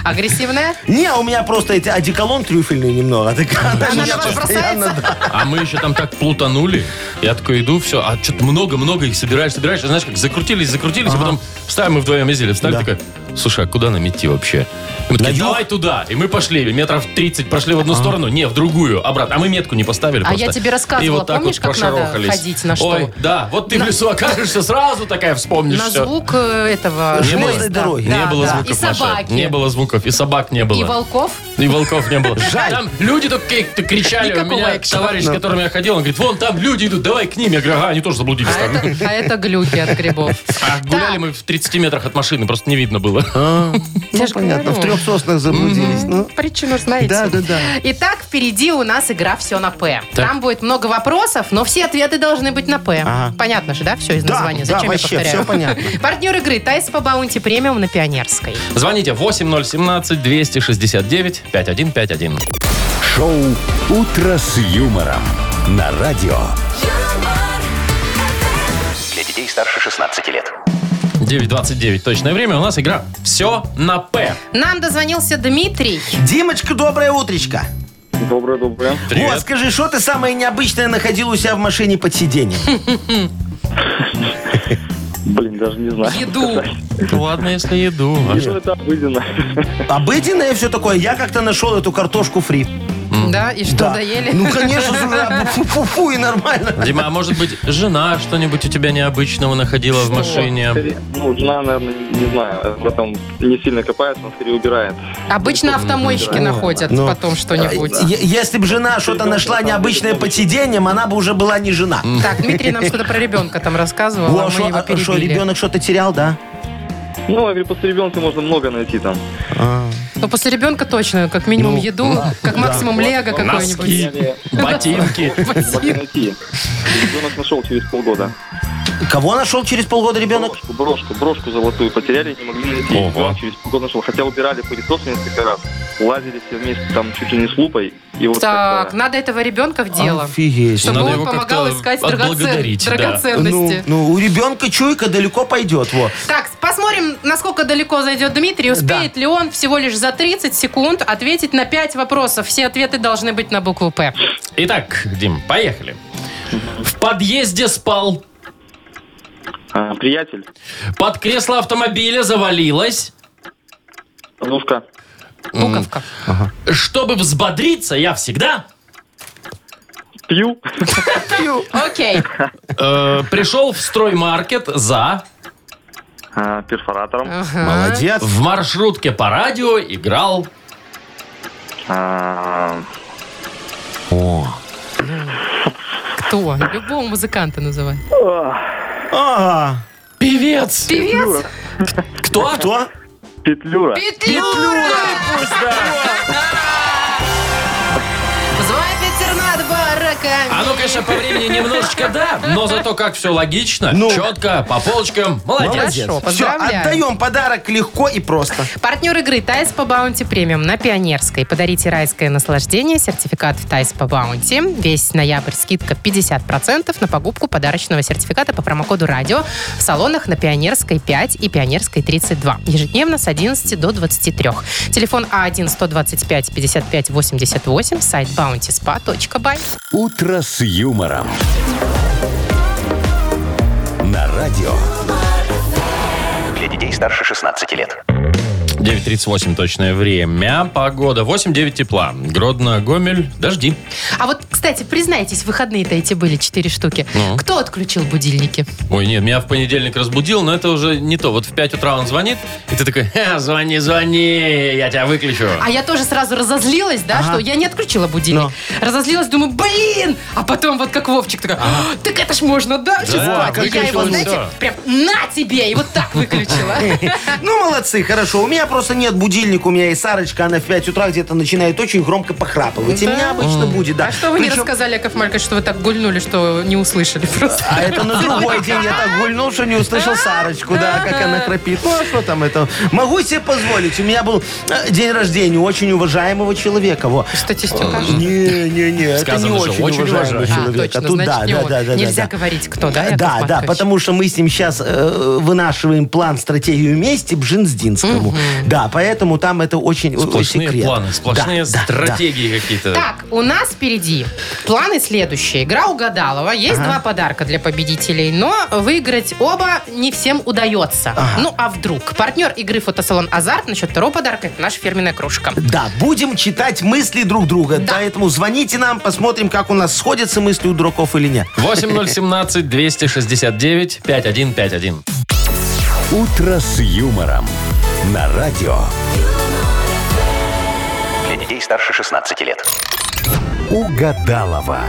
C: Агрессивная?
D: Не, у меня просто эти одеколон трюфельный немного. Так она
C: Она
D: меня
C: на вас
D: постоянно-
C: бросается?
B: А мы еще там так плутанули. Я такой иду, все, а что-то много-много их собираешь, собираешь. А Знаешь, как закрутились, закрутились, а потом вставим мы вдвоем ездили. Встали, такая, слушай, а куда нам идти вообще? И мы такие,
D: юг?
B: давай туда. И мы пошли, метров 30 пошли в одну сторону, не, в другую, обратно. А мы метку не поставили
C: А
B: просто.
C: я тебе рассказывала,
B: И вот так
C: помнишь,
B: вот
C: как надо
B: прошарохались.
C: ходить на что?
B: Ой, да, вот ты в лесу окажешься, сразу такая вспомнишь
C: На
B: все.
C: звук э, этого
D: Не было.
C: поезда.
D: дороги.
B: Не
C: Да,
B: было
C: да.
B: звуков,
C: И
B: Маша.
C: собаки.
B: Не было звуков, и собак не было.
C: И волков.
B: И волков не было. Там люди только к- кричали. У
C: Никакого
B: меня
C: экшена.
B: товарищ, с которым я ходил, он говорит, вон там люди идут, давай к ним. Я говорю, ага, они тоже заблудились
C: А
B: там.
C: это, а это глюки от грибов.
B: А гуляли
C: Так.
B: мы в 30 метрах от машины, просто не видно было.
C: Я же говорю.
D: Понятно, в трех в соснах заблудились. Ну,
C: Притчину ж знаете.
D: Да, да, да.
C: Итак, впереди у нас игра «Все на П».
B: Так.
C: Там будет много вопросов, но все ответы должны быть на П.
D: Ага.
C: Понятно же, да? Все из
D: Да,
C: названия.
D: да,
C: Зачем я
D: вообще,
C: повторяю?
D: всё понятно.
C: Партнер игры «Тайс по баунти премиум» на Пионерской.
B: Звоните 8017-269-5151.
A: Шоу «Утро с юмором» на радио.
G: юмор,
F: Для детей старше 16 лет.
B: 9.29 точное время. У нас игра «Все на П».
C: Нам дозвонился Дмитрий.
D: Димочка, доброе утречко.
E: Доброе-доброе.
D: Вот, скажи, что ты самое необычное находил у себя в машине под сиденьем?
E: Блин, даже не знаю.
C: Еду.
B: Ну, Ладно, если еду. А что?
E: Ну, это обыденно.
D: Обыденное все такое. Я как-то нашел эту картошку фри.
C: Да, и что, доели?
D: Ну, конечно, с утра. фу-фу-фу, и нормально.
B: Дима, а может быть, жена что-нибудь у тебя необычного находила в машине?
E: Ну, жена, наверное, не знаю, в этом не сильно копается, он скорее убирает.
C: Обычно автомойщики находят
D: М-м-м. Ну,
C: потом что-нибудь.
D: Е- Если бы жена что-то нашла необычное под сиденьем, она бы уже была не жена.
C: Так, Дмитрий нам что-то про ребенка там рассказывал,
D: Во,
C: а мы
D: шо-
C: его
D: а
C: перебили.
D: Что, ребенок что-то терял, да?
E: Ну, а после ребенка можно много найти там.
C: Ну, после ребенка точно, как минимум
D: Ну,
C: еду, как максимум лего какое-нибудь.
B: Носки, ботинки.
E: Можно найти. Ребенок нашел через полгода.
D: Кого нашел через полгода ребенок?
E: Брошку, брошку, брошку золотую потеряли, не могли найти.
B: Ого.
E: Ребенок через полгода нашел. Хотя убирали пылесос несколько раз. Лазили все вместе там чуть ли не с лупой. И вот
C: Так,
E: как-то-
C: надо этого ребенка в дело.
D: Офигеть.
C: Чтобы
B: Надо
C: он
B: его
C: помогал
B: как-то
C: искать драгоцен-
B: отблагодарить, да.
D: Ну,
C: драгоценности.
D: ну, у ребенка чуйка далеко пойдет, вот.
C: Так, посмотрим, насколько далеко зайдет Дмитрий. Успеет ли он всего лишь за 30 секунд ответить на 5 вопросов. Все ответы должны быть на букву «П».
B: Итак, Дим, поехали. В подъезде спал,
E: А, приятель,
B: под кресло автомобиля завалилась.
E: Ловка,
C: Буковка.
B: Чтобы взбодриться, я всегда
E: пью,
C: Окей.
B: э, пришел в строймаркет за...
E: а, перфоратором,
C: Ага.
D: Молодец.
B: В маршрутке по радио играл...
E: а,
C: Кто? Любого музыканта называй.
D: Ага.
B: Певец.
C: Певец?
B: Кто?
D: Кто?
E: петлюра.
C: Петлюра! Звонит ветеринар барака.
B: Оно, А ну, конечно, по времени немножечко да, но зато как все логично,
D: Ну.
B: четко, по полочкам. Молодец.
C: Хорошо,
D: Все,
C: поздравляю.
D: отдаем подарок легко и просто.
C: Партнер игры «Тайс по баунти премиум» на Пионерской. Подарите райское наслаждение, сертификат в «Тайс по баунти». Весь ноябрь скидка 50% на покупку подарочного сертификата по промокоду «Радио» в салонах на Пионерской 5 и Пионерской 32. Ежедневно с 11 до 23. Телефон А А1-125-55-88, сайт bountyspa.by.
A: «Утро с юмором». На радио.
F: Для детей старше 16 лет.
B: 9.38 точное время. Погода 8-9 тепла. Гродно, Гомель, дожди.
C: А вот, кстати, признайтесь, выходные-то эти были 4 штуки.
B: Ну.
C: Кто отключил будильники?
B: Ой, нет, меня в понедельник разбудил, но это уже не то. Вот в 5 утра он звонит, и ты такой, «Ха, звони, звони, я тебя выключу.
C: А я тоже сразу разозлилась, да, что я не отключила
D: Ну.
C: будильник. Разозлилась, думаю, блин! А потом вот как Вовчик такая, «А, так это ж можно дальше
B: Да,
C: спать. И я его,
B: выключила,
C: знаете,
B: да.
C: прям на тебе! И вот так выключила.
D: Ну, молодцы, хорошо. У меня просто нет будильника. У меня и Сарочка, она в 5 утра где-то начинает очень громко похрапывать. И
C: Да?
D: меня обычно будет, да.
C: А что вы не
D: Причем-
C: рассказали, Яков Маркович, что вы так гульнули, что не услышали просто?
D: А это на другой день я так гульнул, что не услышал Сарочку, да, как она храпит. Ну, а что там это? Могу себе позволить. У меня был э, день рождения очень уважаемого человека. Во.
C: Статистика.
D: Не-не-не, это не
B: Сказано же,
D: очень
B: очень
D: уважаемый
B: уважаемый.
C: А,
D: человек.
C: точно,
D: тут
C: значит,
D: да,
C: не
D: да,
C: он.
D: да, да,
C: Нельзя
D: да.
C: говорить, кто, да,
D: Да,
C: Яков
D: да,
C: Маркович?
D: потому что мы с ним сейчас вынашиваем план, стратегию вместе Бжинздинскому. Да, поэтому там это очень э,
B: Сплошные
D: секрет.
B: планы, сплошные
D: Да, да, да.
B: стратегии какие-то.
C: Так, у нас впереди планы следующие. Игра угадалова. Есть два подарка для победителей, но выиграть оба не всем удается. Ну, а вдруг? Партнер игры «Фотосалон Азарт» насчет второго подарка – это наша фирменная кружка.
D: Да, будем читать мысли друг друга. Поэтому звоните нам, посмотрим, как у нас сходятся мысли у дураков или нет.
B: 8017-269-5151.
A: «Утро с юмором». На радио.
F: Для детей старше 16 лет.
A: Угадалова.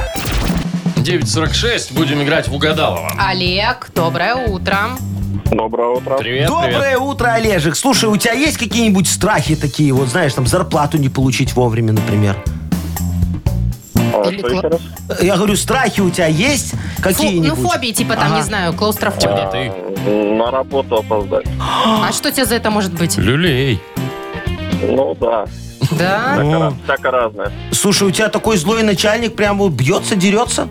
B: 9.46, будем играть в Угадалова.
C: Олег, доброе утро.
E: Доброе утро.
B: Привет,
D: Доброе
B: привет.
D: утро, Олежек. Слушай, у тебя есть какие-нибудь страхи такие, вот знаешь, там зарплату не получить вовремя, например?
E: А,
C: Или
E: что
C: кла-
E: еще раз?
D: Э, Я говорю, страхи у тебя есть
C: Фу- ну,
D: какие-нибудь?
C: фобии, типа там,
D: Ага.
C: не знаю, клаустрофобия.
B: Да ты
E: На работу опоздать.
C: А что тебе за это может быть?
B: люлей.
E: Ну да,
C: Да?
E: всяко, раз- всяко разное.
D: Слушай, у тебя такой злой начальник прям вот бьется, дерется?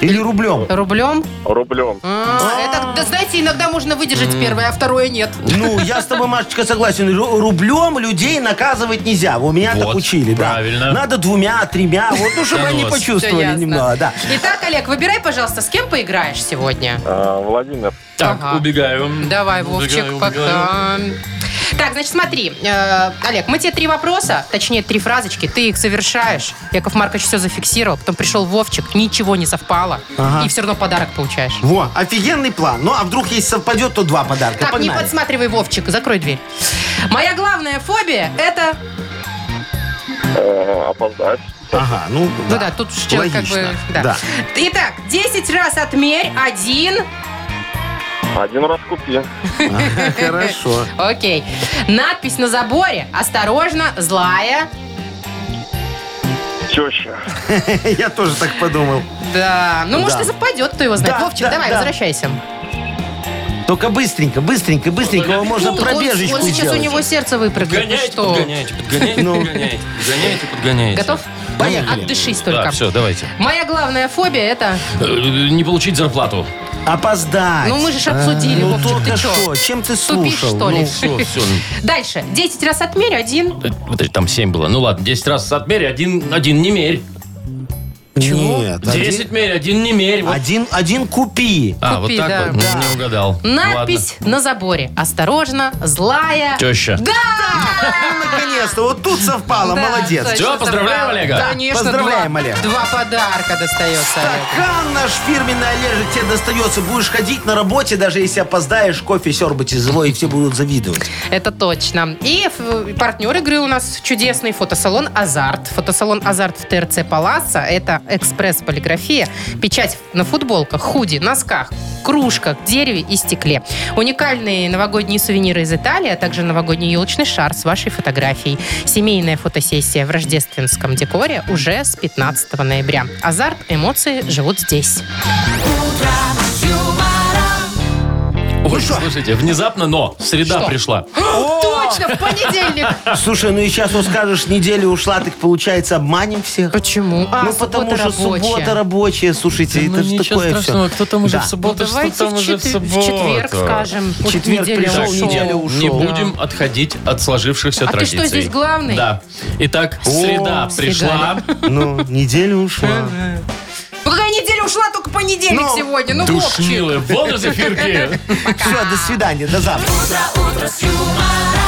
D: Или рублем?
C: Рублем?
E: Рублем.
C: А, Это, да, знаете, иногда можно выдержать первое, а второе нет.
D: Ну, я с тобой, Машечка, согласен. Ру- Рублем людей наказывать нельзя. Вы меня так
B: Вот,
D: учили, да.
B: правильно.
D: Надо двумя, тремя, вот, ну, чтобы
B: Да ну
D: они
B: вас.
C: Всё
D: почувствовали
C: ясно.
D: немного, да.
C: Итак, Олег, выбирай, пожалуйста, с кем поиграешь сегодня.
E: А, Владимир,
B: Так,
C: Ага.
B: убегаю.
C: Давай,
B: Убегаю,
C: Вовчик,
B: убегаю.
C: пока. Так, значит, смотри, э, Олег, мы тебе три вопроса, точнее, три фразочки, ты их совершаешь. Яков Маркович все зафиксировал, потом пришел Вовчик, ничего не совпало,
D: Ага.
C: и все равно подарок получаешь.
D: Во, офигенный план. Ну, а вдруг, если совпадет, то два подарка.
C: Так, не
D: Погнали.
C: подсматривай, Вовчик, закрой дверь. Моя главная фобия – это...
E: э, опоздать.
D: Ага, ну, да.
C: Ну да, тут же человек как бы...
D: Логично,
C: Да.
D: да.
C: Итак, 10 раз отмерь, один...
E: Один раз купи.
D: Хорошо.
C: Окей. Надпись на заборе «Осторожно, злая».
E: Теща.
D: Я тоже так подумал.
C: Да, ну, может,
D: Да.
C: и совпадет, кто его знает.
D: Да,
C: Вовчик,
D: да,
C: давай,
D: да.
C: возвращайся.
D: Только быстренько, быстренько, быстренько. Его можно
C: Ну, он-
D: пробежечку
C: Он сейчас у
D: сделать.
C: него сердце выпрыгнет. Ну
B: Подгоняйте,
C: что?
B: подгоняйте, подгоняйте,
D: Ну.
B: подгоняйте, подгоняйте, подгоняйте.
C: Готов?
D: Поехали.
C: Отдышись
B: Да,
C: только.
B: все, давайте.
C: Моя главная фобия это...
B: Э, Не получить зарплату.
D: Опоздать.
C: Ну, мы же ж обсудили,
D: А, Ну,
C: Вовчик, ты
D: только
C: чё?
D: что. Чем ты
C: Тупишь,
D: слушал?
C: что ли?
D: Ну,
B: Все, все.
C: Дальше. 10 раз отмерь, один.
B: Там 7 было. Ну ладно, 10 раз отмерь, один, один не мерь.
D: Нет. один-
B: 10 мерь, один не мерь. Вот.
D: Один, один купи.
B: А, вот
C: Купи,
B: так
C: да.
B: вот. Ну, Не угадал.
C: Надпись на заборе. Осторожно, злая.
B: Теща.
C: Да!
D: Ну, наконец-то, вот тут совпало,
C: Да,
D: А молодец.
C: точно,
B: Всё, поздравляем
C: совпало.
B: Олега.
C: Конечно,
D: Поздравляем,
C: два-
D: Олег.
C: Два подарка достается Олегу.
D: Стакан наш фирменный Олежек тебе достается. Будешь ходить на работе, даже если опоздаешь, кофе сербать из злой, и все будут завидовать.
C: Это точно. И ф- партнер игры у нас чудесный фотосалон «Азарт». Фотосалон «Азарт» в ТРЦ «Палаца» — это экспресс-полиграфия, печать на футболках, худи, носках, кружках, дереве и стекле. Уникальные новогодние сувениры из Италии, а также новогодний елочный шар с вашей фотографией. Семейная фотосессия в рождественском декоре уже с 15 ноября. «Азарт» — эмоции живут здесь.
B: Ой, слушайте, внезапно, но среда пришла.
C: Точно, в понедельник!
B: А.
D: Слушай, ну и сейчас вот скажешь, неделя ушла, так получается обманем всех.
C: Почему? А,
D: ну, потому
C: суббота
D: что
C: рабочая.
D: суббота рабочая, слушайте,
B: Ну,
D: это же
B: ничего
D: такое
B: страшного,
D: все.
B: кто там уже
D: Да.
B: в
C: Ну,
B: субботу,
C: давайте
B: что там
C: в,
B: уже в
C: чет- в
B: субботу.
C: четверг скажем. Вот
D: Четверг
C: неделя
D: пришел,
B: Так,
C: ушел.
D: неделя
B: что,
D: ушел.
B: не
D: Да.
B: будем отходить от сложившихся
C: А ты
B: традиций.
C: что, здесь главный?
B: Да. Итак, среда пришла.
D: Ну, неделя ушла.
C: Ну какая неделя ушла, только понедельник
D: Ну,
C: сегодня. Ну, Вовчик.
B: Душнилы, вон из эфирки.
D: Все, до свидания, до завтра.
G: утро с юмором